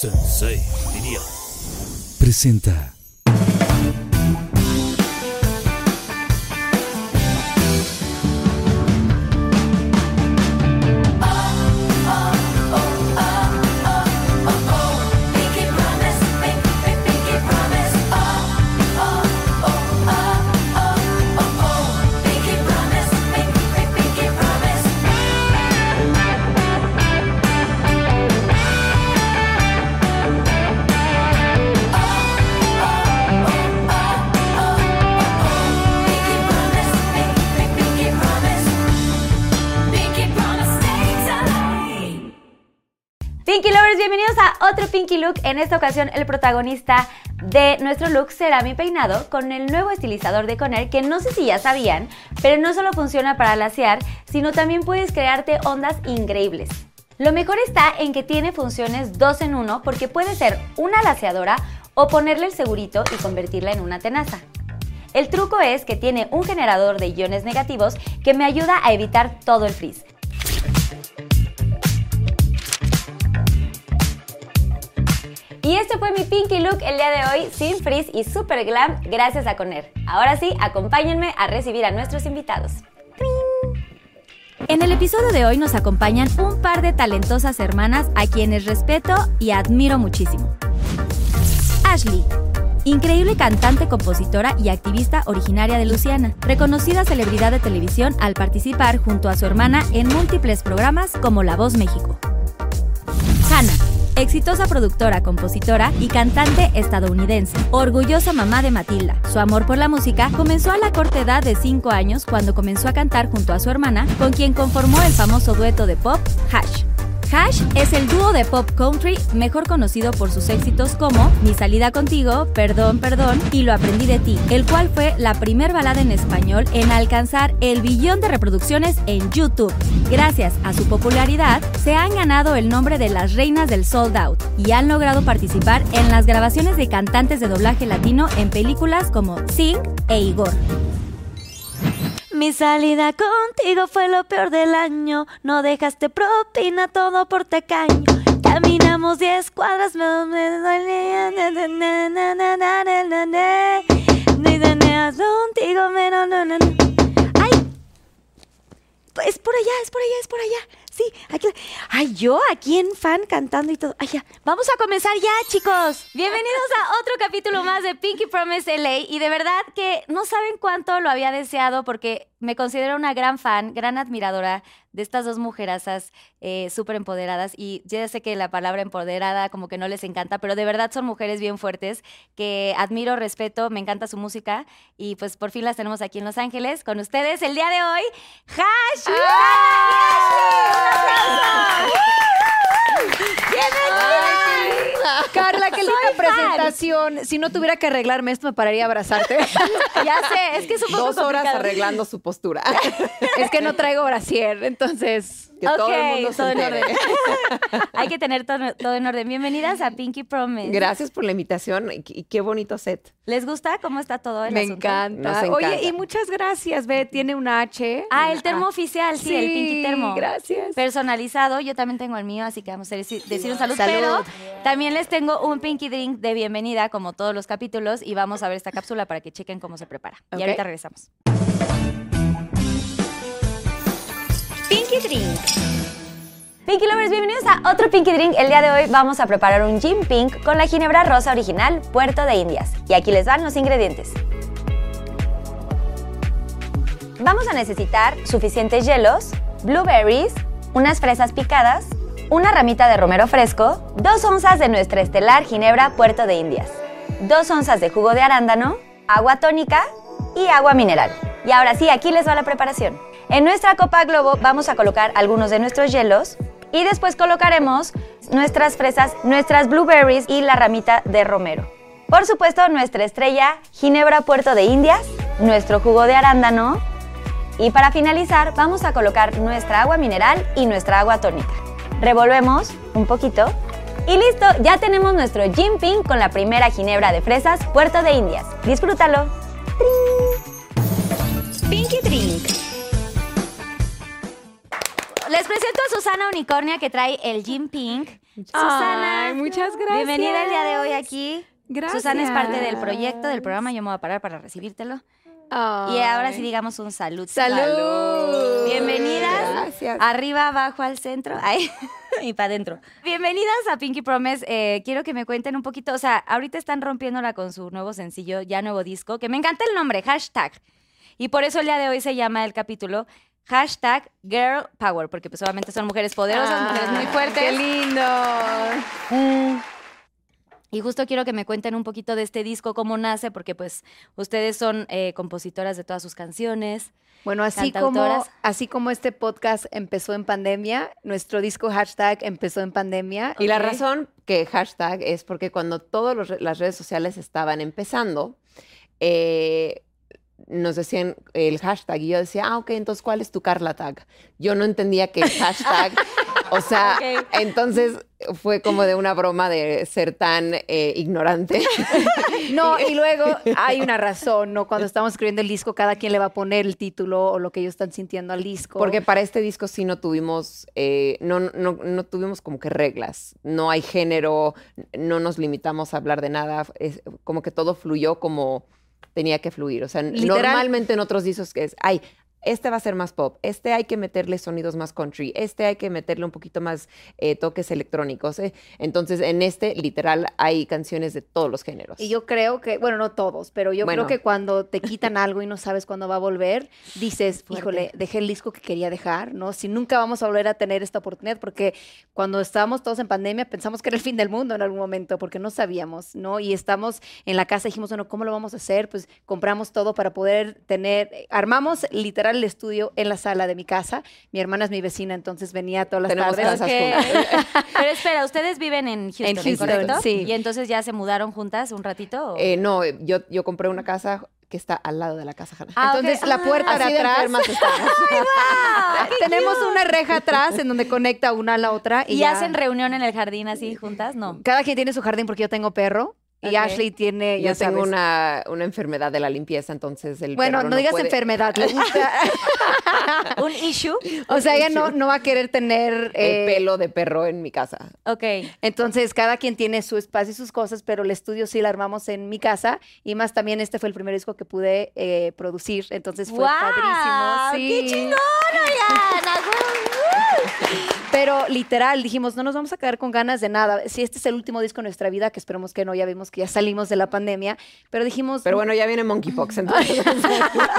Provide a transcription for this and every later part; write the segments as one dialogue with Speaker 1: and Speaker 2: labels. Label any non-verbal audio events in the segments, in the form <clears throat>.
Speaker 1: Sensei, diría.
Speaker 2: presenta.
Speaker 3: Pinky promise, pink, pink, pinky promise, oh, oh, oh, oh, oh, oh, oh. Pinky promise, pink, pink, pinky promise. Oh, oh, oh, oh, pinky promise, pink, pink, pinky promise. Pinky promise stays alive.
Speaker 4: Pinky Lovers, bienvenidos a otro Pinky Look. En esta ocasión, el protagonista de nuestro look será mi peinado con el nuevo estilizador de Conair, que no sé si ya sabían, pero no solo funciona para lasear, sino también puedes crearte ondas increíbles. Lo mejor está en que tiene funciones dos en uno, porque puede ser una laseadora o ponerle el segurito y convertirla en una tenaza. El truco es que tiene un generador de iones negativos que me ayuda a evitar todo el frizz. Y este fue mi Pinky Look el día de hoy, sin frizz y super glam, gracias a Coner. Ahora sí, acompáñenme a recibir a nuestros invitados. ¡Trin! En el episodio de hoy nos acompañan un par de talentosas hermanas a quienes respeto y admiro muchísimo. Ashley, increíble cantante, compositora y activista originaria de Luciana, reconocida celebridad de televisión al participar junto a su hermana en múltiples programas como La Voz México. Hannah, exitosa productora, compositora y cantante estadounidense. Orgullosa mamá de Matilda. Su amor por la música comenzó a la corta edad de 5 años cuando comenzó a cantar junto a su hermana, con quien conformó el famoso dueto de pop Hash. Hash es el dúo de pop country mejor conocido por sus éxitos como Mi salida contigo, Perdón, perdón y Lo aprendí de ti, el cual fue la primer balada en español en alcanzar el billón de reproducciones en YouTube. Gracias a su popularidad, se han ganado el nombre de las reinas del sold out y han logrado participar en las grabaciones de cantantes de doblaje latino en películas como Sing e Igor. Mi salida contigo fue lo peor del año. No dejaste propina todo por tacaño. Caminamos 10 cuadras, me, me dolía, na, na, na, na, na, na, na, na, na. Ni de neas contigo, me, no, no, no, no. ¡Ay! Es por allá, es por allá, es por allá. Sí, aquí. Ay, yo aquí en fan cantando y todo. Ay, ya. Vamos a comenzar ya, chicos. Bienvenidos a otro capítulo más de Pinky Promise LA. Y de verdad que no saben cuánto lo había deseado porque me considero una gran fan, gran admiradora de estas dos mujerazas eh, súper empoderadas. Y ya sé que la palabra empoderada como que no les encanta, pero de verdad son mujeres bien fuertes que admiro, respeto, me encanta su música. Y pues por fin las tenemos aquí en Los Ángeles con ustedes el día de hoy. ¡Hash!
Speaker 5: Carla, qué linda presentación. Si no tuviera que arreglarme esto, me pararía a
Speaker 4: <laughs>
Speaker 5: abrazarte.
Speaker 4: Ya sé, es que es un poco
Speaker 6: dos horas
Speaker 4: complicado.
Speaker 6: arreglando su postura.
Speaker 5: es que no traigo brasier, entonces.
Speaker 6: Que todo el
Speaker 4: Ok,
Speaker 6: mundo se
Speaker 4: todo en
Speaker 6: entere.
Speaker 4: orden. <laughs> Hay que tener todo, todo en orden. Bienvenidas a Pinky Promise.
Speaker 6: <laughs> Gracias por la invitación y y qué bonito set.
Speaker 4: ¿Les gusta cómo está todo el
Speaker 5: Me
Speaker 4: asunto?
Speaker 5: encanta.
Speaker 6: Nos
Speaker 5: Oye,
Speaker 6: encanta.
Speaker 5: y muchas gracias, ve, tiene una H.
Speaker 4: Ah, el termo oficial, sí, el
Speaker 5: Sí,
Speaker 4: Pinky Termo.
Speaker 5: gracias.
Speaker 4: Personalizado, yo también tengo el mío, así que vamos a decir, decir un salud,
Speaker 5: Salud.
Speaker 4: Pero también les tengo un Pinky Drink de bienvenida, como todos los capítulos, y vamos a ver esta cápsula para que chequen cómo se prepara. Y
Speaker 5: Ok.
Speaker 4: ahorita regresamos.
Speaker 7: Pinky Drink.
Speaker 4: Pinky Lovers, bienvenidos a otro Pinky Drink. El día de hoy vamos a preparar un gin pink con la ginebra rosa original Puerto de Indias. Y aquí les van los ingredientes. Vamos a necesitar suficientes hielos, blueberries, unas fresas picadas, una ramita de romero fresco, dos onzas de nuestra estelar ginebra Puerto de Indias, dos onzas de jugo de arándano, agua tónica y agua mineral. Y ahora sí, aquí les va la preparación. En nuestra copa globo vamos a colocar algunos de nuestros hielos y después colocaremos nuestras fresas, nuestras blueberries y la ramita de romero. Por supuesto, nuestra estrella, Ginebra Puerto de Indias, nuestro jugo de arándano. Y para finalizar, vamos a colocar nuestra agua mineral y nuestra agua tónica. Revolvemos un poquito. Y listo, ya tenemos nuestro gin pink con la primera ginebra de fresas Puerto de Indias. Disfrútalo.
Speaker 7: Pinky Drink.
Speaker 4: Les presento a Susana Unicornia que trae el gin pink Susana.
Speaker 8: Ay, muchas gracias.
Speaker 4: Bienvenida el día de hoy aquí.
Speaker 8: Gracias.
Speaker 4: Susana es parte del proyecto, del programa. Yo me voy a parar para recibírtelo. Y ahora sí digamos un salud.
Speaker 5: Salud.
Speaker 4: Bienvenidas.
Speaker 5: Gracias.
Speaker 4: Arriba, abajo, al centro. Ahí. <laughs> y para adentro. Bienvenidas a Pinky Promise. Eh, quiero que me cuenten un poquito. O sea, ahorita están rompiéndola con su nuevo sencillo, ya nuevo disco, que me encanta el nombre, hashtag. Y por eso el día de hoy se llama el capítulo hashtag Girl Power, porque pues obviamente son mujeres poderosas, mujeres muy fuertes.
Speaker 5: Qué lindo.
Speaker 4: Y justo quiero que me cuenten un poquito de este disco, cómo nace, porque pues ustedes son eh, compositoras de todas sus canciones.
Speaker 9: Bueno, así como,
Speaker 4: Cantautoras.
Speaker 9: así como este podcast empezó en pandemia, nuestro disco hashtag empezó en pandemia.
Speaker 5: Y la
Speaker 4: Ok.
Speaker 5: razón que hashtag es porque cuando todas las redes sociales estaban empezando, eh, nos decían el hashtag y yo decía, ah, ok, entonces, ¿cuál es tu Carla tag? Yo no entendía
Speaker 4: <laughs>
Speaker 5: que el hashtag, o sea,
Speaker 4: Ok.
Speaker 5: entonces fue como de una broma de ser tan eh, ignorante.
Speaker 9: <laughs> No, y luego hay una razón, ¿no? Cuando estamos escribiendo el disco, cada quien le va a poner el título o lo que ellos están sintiendo al disco.
Speaker 5: Porque para este disco sí no tuvimos, eh, no, no, no tuvimos como que reglas, no hay género, no nos limitamos a hablar de nada, es como que todo fluyó como tenía que fluir. O sea,
Speaker 9: Literal.
Speaker 5: normalmente en otros discos que es, ay, este va a ser más pop, este hay que meterle sonidos más country, este hay que meterle un poquito más eh, toques electrónicos. eh. Entonces, en este, literal, hay canciones de todos los géneros.
Speaker 9: Y yo creo que, bueno, no todos, pero yo
Speaker 5: Bueno.
Speaker 9: creo que cuando te quitan algo y no sabes cuándo va a volver, dices,
Speaker 4: Fuerte.
Speaker 9: híjole, dejé el disco que quería dejar, ¿no? Si nunca vamos a volver a tener esta oportunidad, porque cuando estábamos todos en pandemia pensamos que era el fin del mundo en algún momento, porque no sabíamos, ¿no? Y estamos en la casa, dijimos, bueno, ¿cómo lo vamos a hacer? Pues compramos todo para poder tener, eh, armamos literal el estudio en la sala de mi casa. Mi hermana es mi vecina, entonces venía todas las
Speaker 5: Tenemos
Speaker 9: tardes.
Speaker 5: casa. Casas
Speaker 4: Ok.
Speaker 5: juntas.
Speaker 9: <laughs>
Speaker 4: Pero espera, ustedes viven en Houston,
Speaker 9: En Houston,
Speaker 4: ¿correcto?
Speaker 9: sí.
Speaker 4: Y entonces ya se mudaron juntas un ratito. o-
Speaker 5: Eh, no, eh, yo, yo compré una casa que está al lado de la casa, Hannah.
Speaker 4: Ah, ok.
Speaker 9: Entonces la puerta
Speaker 5: Así
Speaker 9: de
Speaker 5: de
Speaker 9: atrás
Speaker 5: enfermas estamos.
Speaker 4: Ah, qué
Speaker 9: <laughs> Tenemos
Speaker 4: cute.
Speaker 9: una reja atrás en donde conecta una a la otra. Y,
Speaker 4: ¿Y
Speaker 9: ya-
Speaker 4: hacen reunión en el jardín así juntas?
Speaker 9: <laughs>
Speaker 4: No.
Speaker 9: Cada quien tiene su jardín porque yo tengo perro y
Speaker 4: Ok.
Speaker 9: Ashley tiene, ya
Speaker 5: Yo tengo
Speaker 9: sabes.
Speaker 5: una, una enfermedad de la limpieza, entonces el
Speaker 9: Bueno,
Speaker 5: perro
Speaker 9: no digas
Speaker 5: puede-
Speaker 9: enfermedad, le gusta.
Speaker 4: <laughs> ¿Un issue?
Speaker 9: o sea, ella no, no va a querer tener eh,
Speaker 5: El pelo de perro en mi casa.
Speaker 4: Ok.
Speaker 9: Pues Entonces, cada quien tiene su espacio y sus cosas, pero el estudio sí lo armamos en mi casa. Y más también, este fue el primer disco que pude eh, producir. Entonces, fue
Speaker 4: ¡Guau!
Speaker 9: padrísimo. Sí.
Speaker 4: ¡Qué chingón, oigan! <laughs> ¡A huevo!
Speaker 9: Pero literal, dijimos, no nos vamos a quedar con ganas de nada. Si este es el último disco de nuestra vida, que esperemos que no, ya vimos que ya salimos de la pandemia. Pero dijimos,
Speaker 5: Pero bueno, ya viene
Speaker 9: <laughs>
Speaker 5: Monkeypox, entonces. <laughs>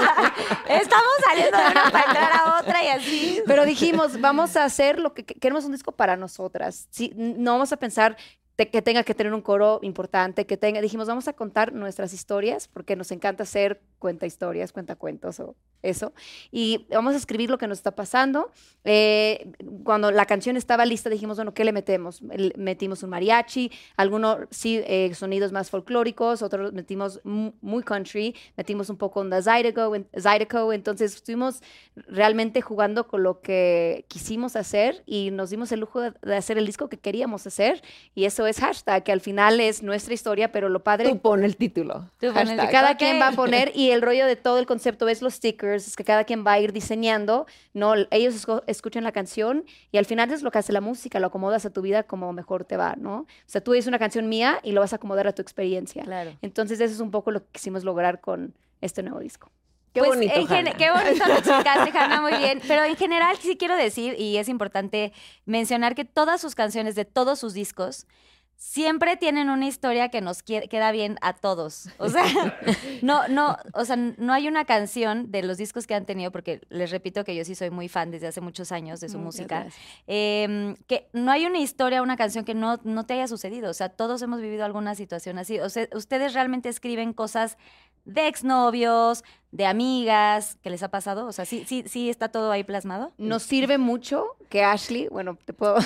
Speaker 4: Estamos saliendo de una para entrar a otra y así.
Speaker 9: <laughs> Pero dijimos, vamos a hacer lo que que- queremos un disco para nosotras. Sí, n- no vamos a pensar te- que tenga que tener un coro importante, que tenga. Dijimos, vamos a contar nuestras historias porque nos encanta hacer cuenta historias, cuenta cuentos o eso. Y vamos a escribir lo que nos está pasando. Eh, cuando la canción estaba lista, dijimos, bueno, ¿qué le metemos? El- Metimos un mariachi, algunos sí, eh, sonidos más folclóricos, otros metimos mu- muy country, metimos un poco onda Zydeco, en- Zydeco. Entonces estuvimos realmente jugando con lo que quisimos hacer y nos dimos el lujo de, de hacer el disco que queríamos hacer. Y eso es hashtag, que al final es nuestra historia, pero lo padre
Speaker 5: Tú pon el título.
Speaker 4: Tú pon el
Speaker 5: Hashtag.
Speaker 9: que cada
Speaker 4: Ok.
Speaker 9: quien va a poner y el rollo de todo el concepto es los stickers, es que cada quien va a ir diseñando, no ellos esco- escuchan la canción y al final es lo que hace la música, lo acomodas a tu vida como mejor te va, ¿no? O sea, tú dices una canción mía y lo vas a acomodar a tu experiencia.
Speaker 4: Claro.
Speaker 9: Entonces eso es un poco lo que quisimos lograr con este nuevo disco.
Speaker 5: Qué
Speaker 4: Pues,
Speaker 5: bonito,
Speaker 4: en gen-
Speaker 5: Hannah.
Speaker 4: Qué bonito lo explicaste, Hanna, muy bien. Pero en general sí quiero decir, y es importante mencionar que todas sus canciones de todos sus discos siempre tienen una historia que nos quie- queda bien a todos. O sea, <laughs> no, no, o sea, no hay una canción de los discos que han tenido, porque les repito que yo sí soy muy fan desde hace muchos años
Speaker 5: Mm,
Speaker 4: de su música, eh, que no hay una historia, una canción que no, no te haya sucedido. O sea, todos hemos vivido alguna situación así. O sea, ustedes realmente escriben cosas de exnovios, de amigas, que les ha pasado. O sea, sí, sí, sí está todo ahí plasmado.
Speaker 9: Nos sirve mucho que Ashley, bueno, te <laughs> puedo...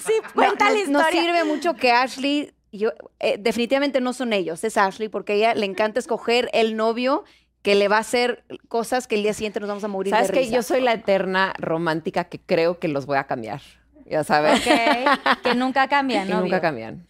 Speaker 4: Sí,
Speaker 9: No,
Speaker 4: cuenta la
Speaker 9: nos- nos
Speaker 4: historia.
Speaker 9: sirve mucho que Ashley, yo, eh, definitivamente no son ellos, es Ashley, porque a ella le encanta escoger el novio que le va a hacer cosas que el día siguiente nos vamos a morir
Speaker 5: ¿Sabes
Speaker 9: de
Speaker 5: qué?
Speaker 9: risa.
Speaker 5: Yo soy la eterna romántica que creo que los voy a cambiar. ya sabes.
Speaker 4: Ok. que nunca
Speaker 5: <laughs>
Speaker 4: cambian,
Speaker 5: Y
Speaker 4: ¿no?
Speaker 5: nunca cambian.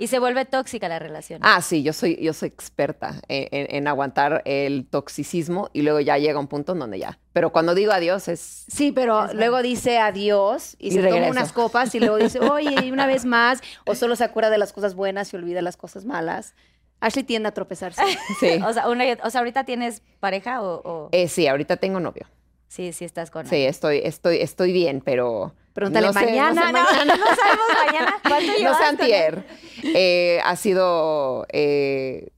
Speaker 4: Y se vuelve tóxica la relación.
Speaker 5: Ah, sí, yo soy, yo soy experta en, en- en aguantar el toxicismo y luego ya llega un punto en donde ya. Pero cuando digo adiós es
Speaker 9: Sí, pero luego dice adiós y,
Speaker 5: Y
Speaker 9: se toma
Speaker 5: regreso.
Speaker 9: unas copas y luego <laughs> dice, oye, y una vez más, o solo se acuerda de las cosas buenas y olvida las cosas malas. Ashley tiende a tropezarse.
Speaker 5: sí.
Speaker 4: O sea, una y ot- o sea, ahorita tienes pareja o, o-
Speaker 5: Eh, sí, ahorita tengo novio.
Speaker 4: sí, sí estás con
Speaker 5: Sí, estoy, estoy, estoy bien, pero.
Speaker 9: Pregúntale
Speaker 5: no sé,
Speaker 9: mañana.
Speaker 5: No, sé,
Speaker 4: No sabemos mañana cuánto
Speaker 5: no
Speaker 4: llevas con
Speaker 5: sé
Speaker 4: él?
Speaker 5: antier. Eh, ha sido eh,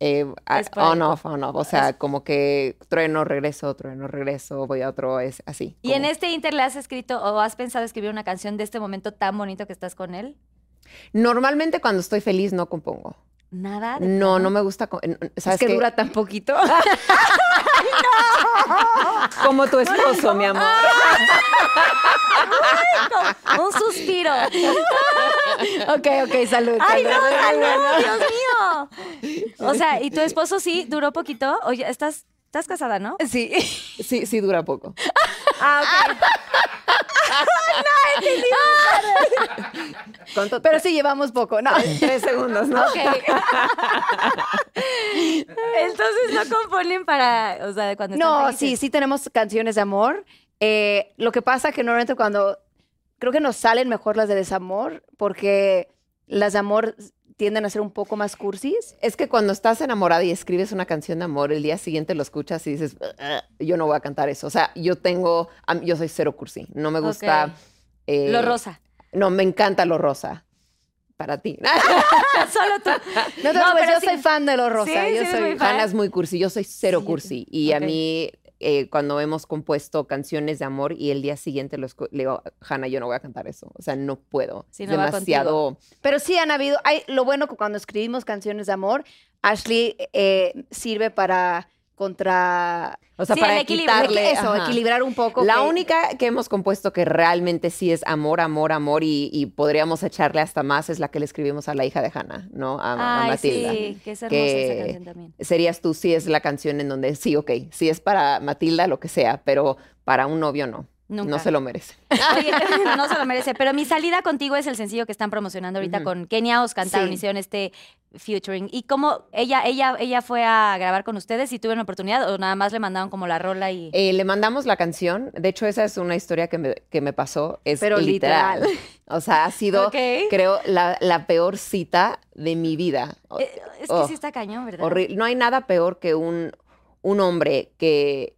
Speaker 5: eh, a-
Speaker 4: Esporádico.
Speaker 5: on off, on off. O sea, como que trueno, regreso, trueno, regreso, voy a otro, es así.
Speaker 4: ¿Y en
Speaker 5: como-
Speaker 4: este inter le has escrito o has pensado escribir una canción de este momento tan bonito que estás con él?
Speaker 5: Normalmente cuando estoy feliz no compongo.
Speaker 4: Nada. Ah, de-
Speaker 5: No, no me gusta. co- n- n-
Speaker 9: Es
Speaker 5: Mm, ¿Sabes
Speaker 9: que
Speaker 5: qué?
Speaker 9: dura tan poquito.
Speaker 5: <laughs> Como
Speaker 4: <laughs>
Speaker 5: tu esposo, mi amor.
Speaker 4: <laughs> Un
Speaker 9: <laughs>
Speaker 4: suspiro.
Speaker 9: <laughs> Pues ok, ok, salud.
Speaker 4: ¡Ay, no,
Speaker 9: salud.
Speaker 4: salud, Dios mío! O sea,
Speaker 9: <laughs>
Speaker 4: ¿y tu esposo sí duró poquito? Oye, estás, estás casada, ¿no?
Speaker 9: Sí.
Speaker 5: Sí, sí, dura poco.
Speaker 9: ah,
Speaker 5: ¿Cuánto?
Speaker 9: Pero sí llevamos poco, ¿no?
Speaker 5: Tres segundos, ¿no?
Speaker 4: Ah, <laughs> Entonces no componen para, o sea, cuando están
Speaker 9: No, sí,
Speaker 4: felices.
Speaker 9: sí tenemos canciones de amor. Eh, lo que pasa que normalmente cuando creo que nos salen mejor las de desamor, porque las de amor tienden a ser un poco más cursis.
Speaker 5: Es que cuando estás enamorada y escribes una canción de amor, el día siguiente lo escuchas y dices, "Ugh, yo no voy a cantar eso. O sea, yo tengo, a mí- yo soy cero cursi. No me gusta.
Speaker 4: Ok.
Speaker 5: eh,
Speaker 4: Lo rosa. <laughs>
Speaker 5: No, me encanta lo rosa. Para ti.
Speaker 4: Solo tú.
Speaker 9: No, te
Speaker 4: No,
Speaker 9: preocupes,
Speaker 4: pero
Speaker 9: yo
Speaker 4: sí.
Speaker 9: soy fan de los rosa.
Speaker 4: Sí,
Speaker 9: yo
Speaker 4: sí,
Speaker 9: soy
Speaker 4: muy fan.
Speaker 5: Hanna es muy cursi, yo soy cero
Speaker 4: Sí, yo
Speaker 5: cursi. Y
Speaker 4: ok.
Speaker 5: a mí, eh, cuando hemos compuesto canciones de amor y el día siguiente lo escu- le digo, Hanna, yo no voy a cantar eso. O sea, no puedo.
Speaker 4: Sí,
Speaker 5: Es
Speaker 4: no va
Speaker 5: demasiado.
Speaker 9: Pero sí han habido, hay, lo bueno que cuando escribimos canciones de amor, Ashley eh, sirve para contra
Speaker 5: O sea,
Speaker 4: Sí, el
Speaker 5: para
Speaker 4: equilibrio.
Speaker 5: quitarle.
Speaker 9: eso,
Speaker 5: ajá.
Speaker 9: equilibrar un poco.
Speaker 5: La
Speaker 9: que-
Speaker 5: única que hemos compuesto que realmente sí es amor, amor, amor y, y podríamos echarle hasta más es la que le escribimos a la hija de Hannah, ¿no? A, a
Speaker 4: Ay,
Speaker 5: Matilda.
Speaker 4: sí, que es hermosa esa
Speaker 5: que-
Speaker 4: canción también.
Speaker 5: Serías tú sí es la canción en donde sí, ok, sí es para Matilda, lo que sea, pero para un novio no.
Speaker 4: Nunca.
Speaker 5: No se lo merece. <laughs>
Speaker 4: Oye, <laughs> no se lo merece. Pero mi salida contigo es el sencillo que están promocionando ahorita
Speaker 5: Ujú.
Speaker 4: con Kenia Os cantaron,
Speaker 9: Sí.
Speaker 4: hicieron este featuring. ¿Y cómo ella, ella, ella fue a grabar con ustedes y tuvieron oportunidad o nada más le mandaron como la rola y.
Speaker 5: Eh, le mandamos la canción. De hecho, esa es una historia que me, que me pasó. Es
Speaker 9: Pero literal.
Speaker 5: literal. O sea, ha sido,
Speaker 4: Ok.
Speaker 5: creo, la, la peor cita de mi vida. O-
Speaker 4: Eh, es que
Speaker 5: oh.
Speaker 4: sí está cañón, ¿verdad?
Speaker 5: Horrible. No hay nada peor que un, un hombre que,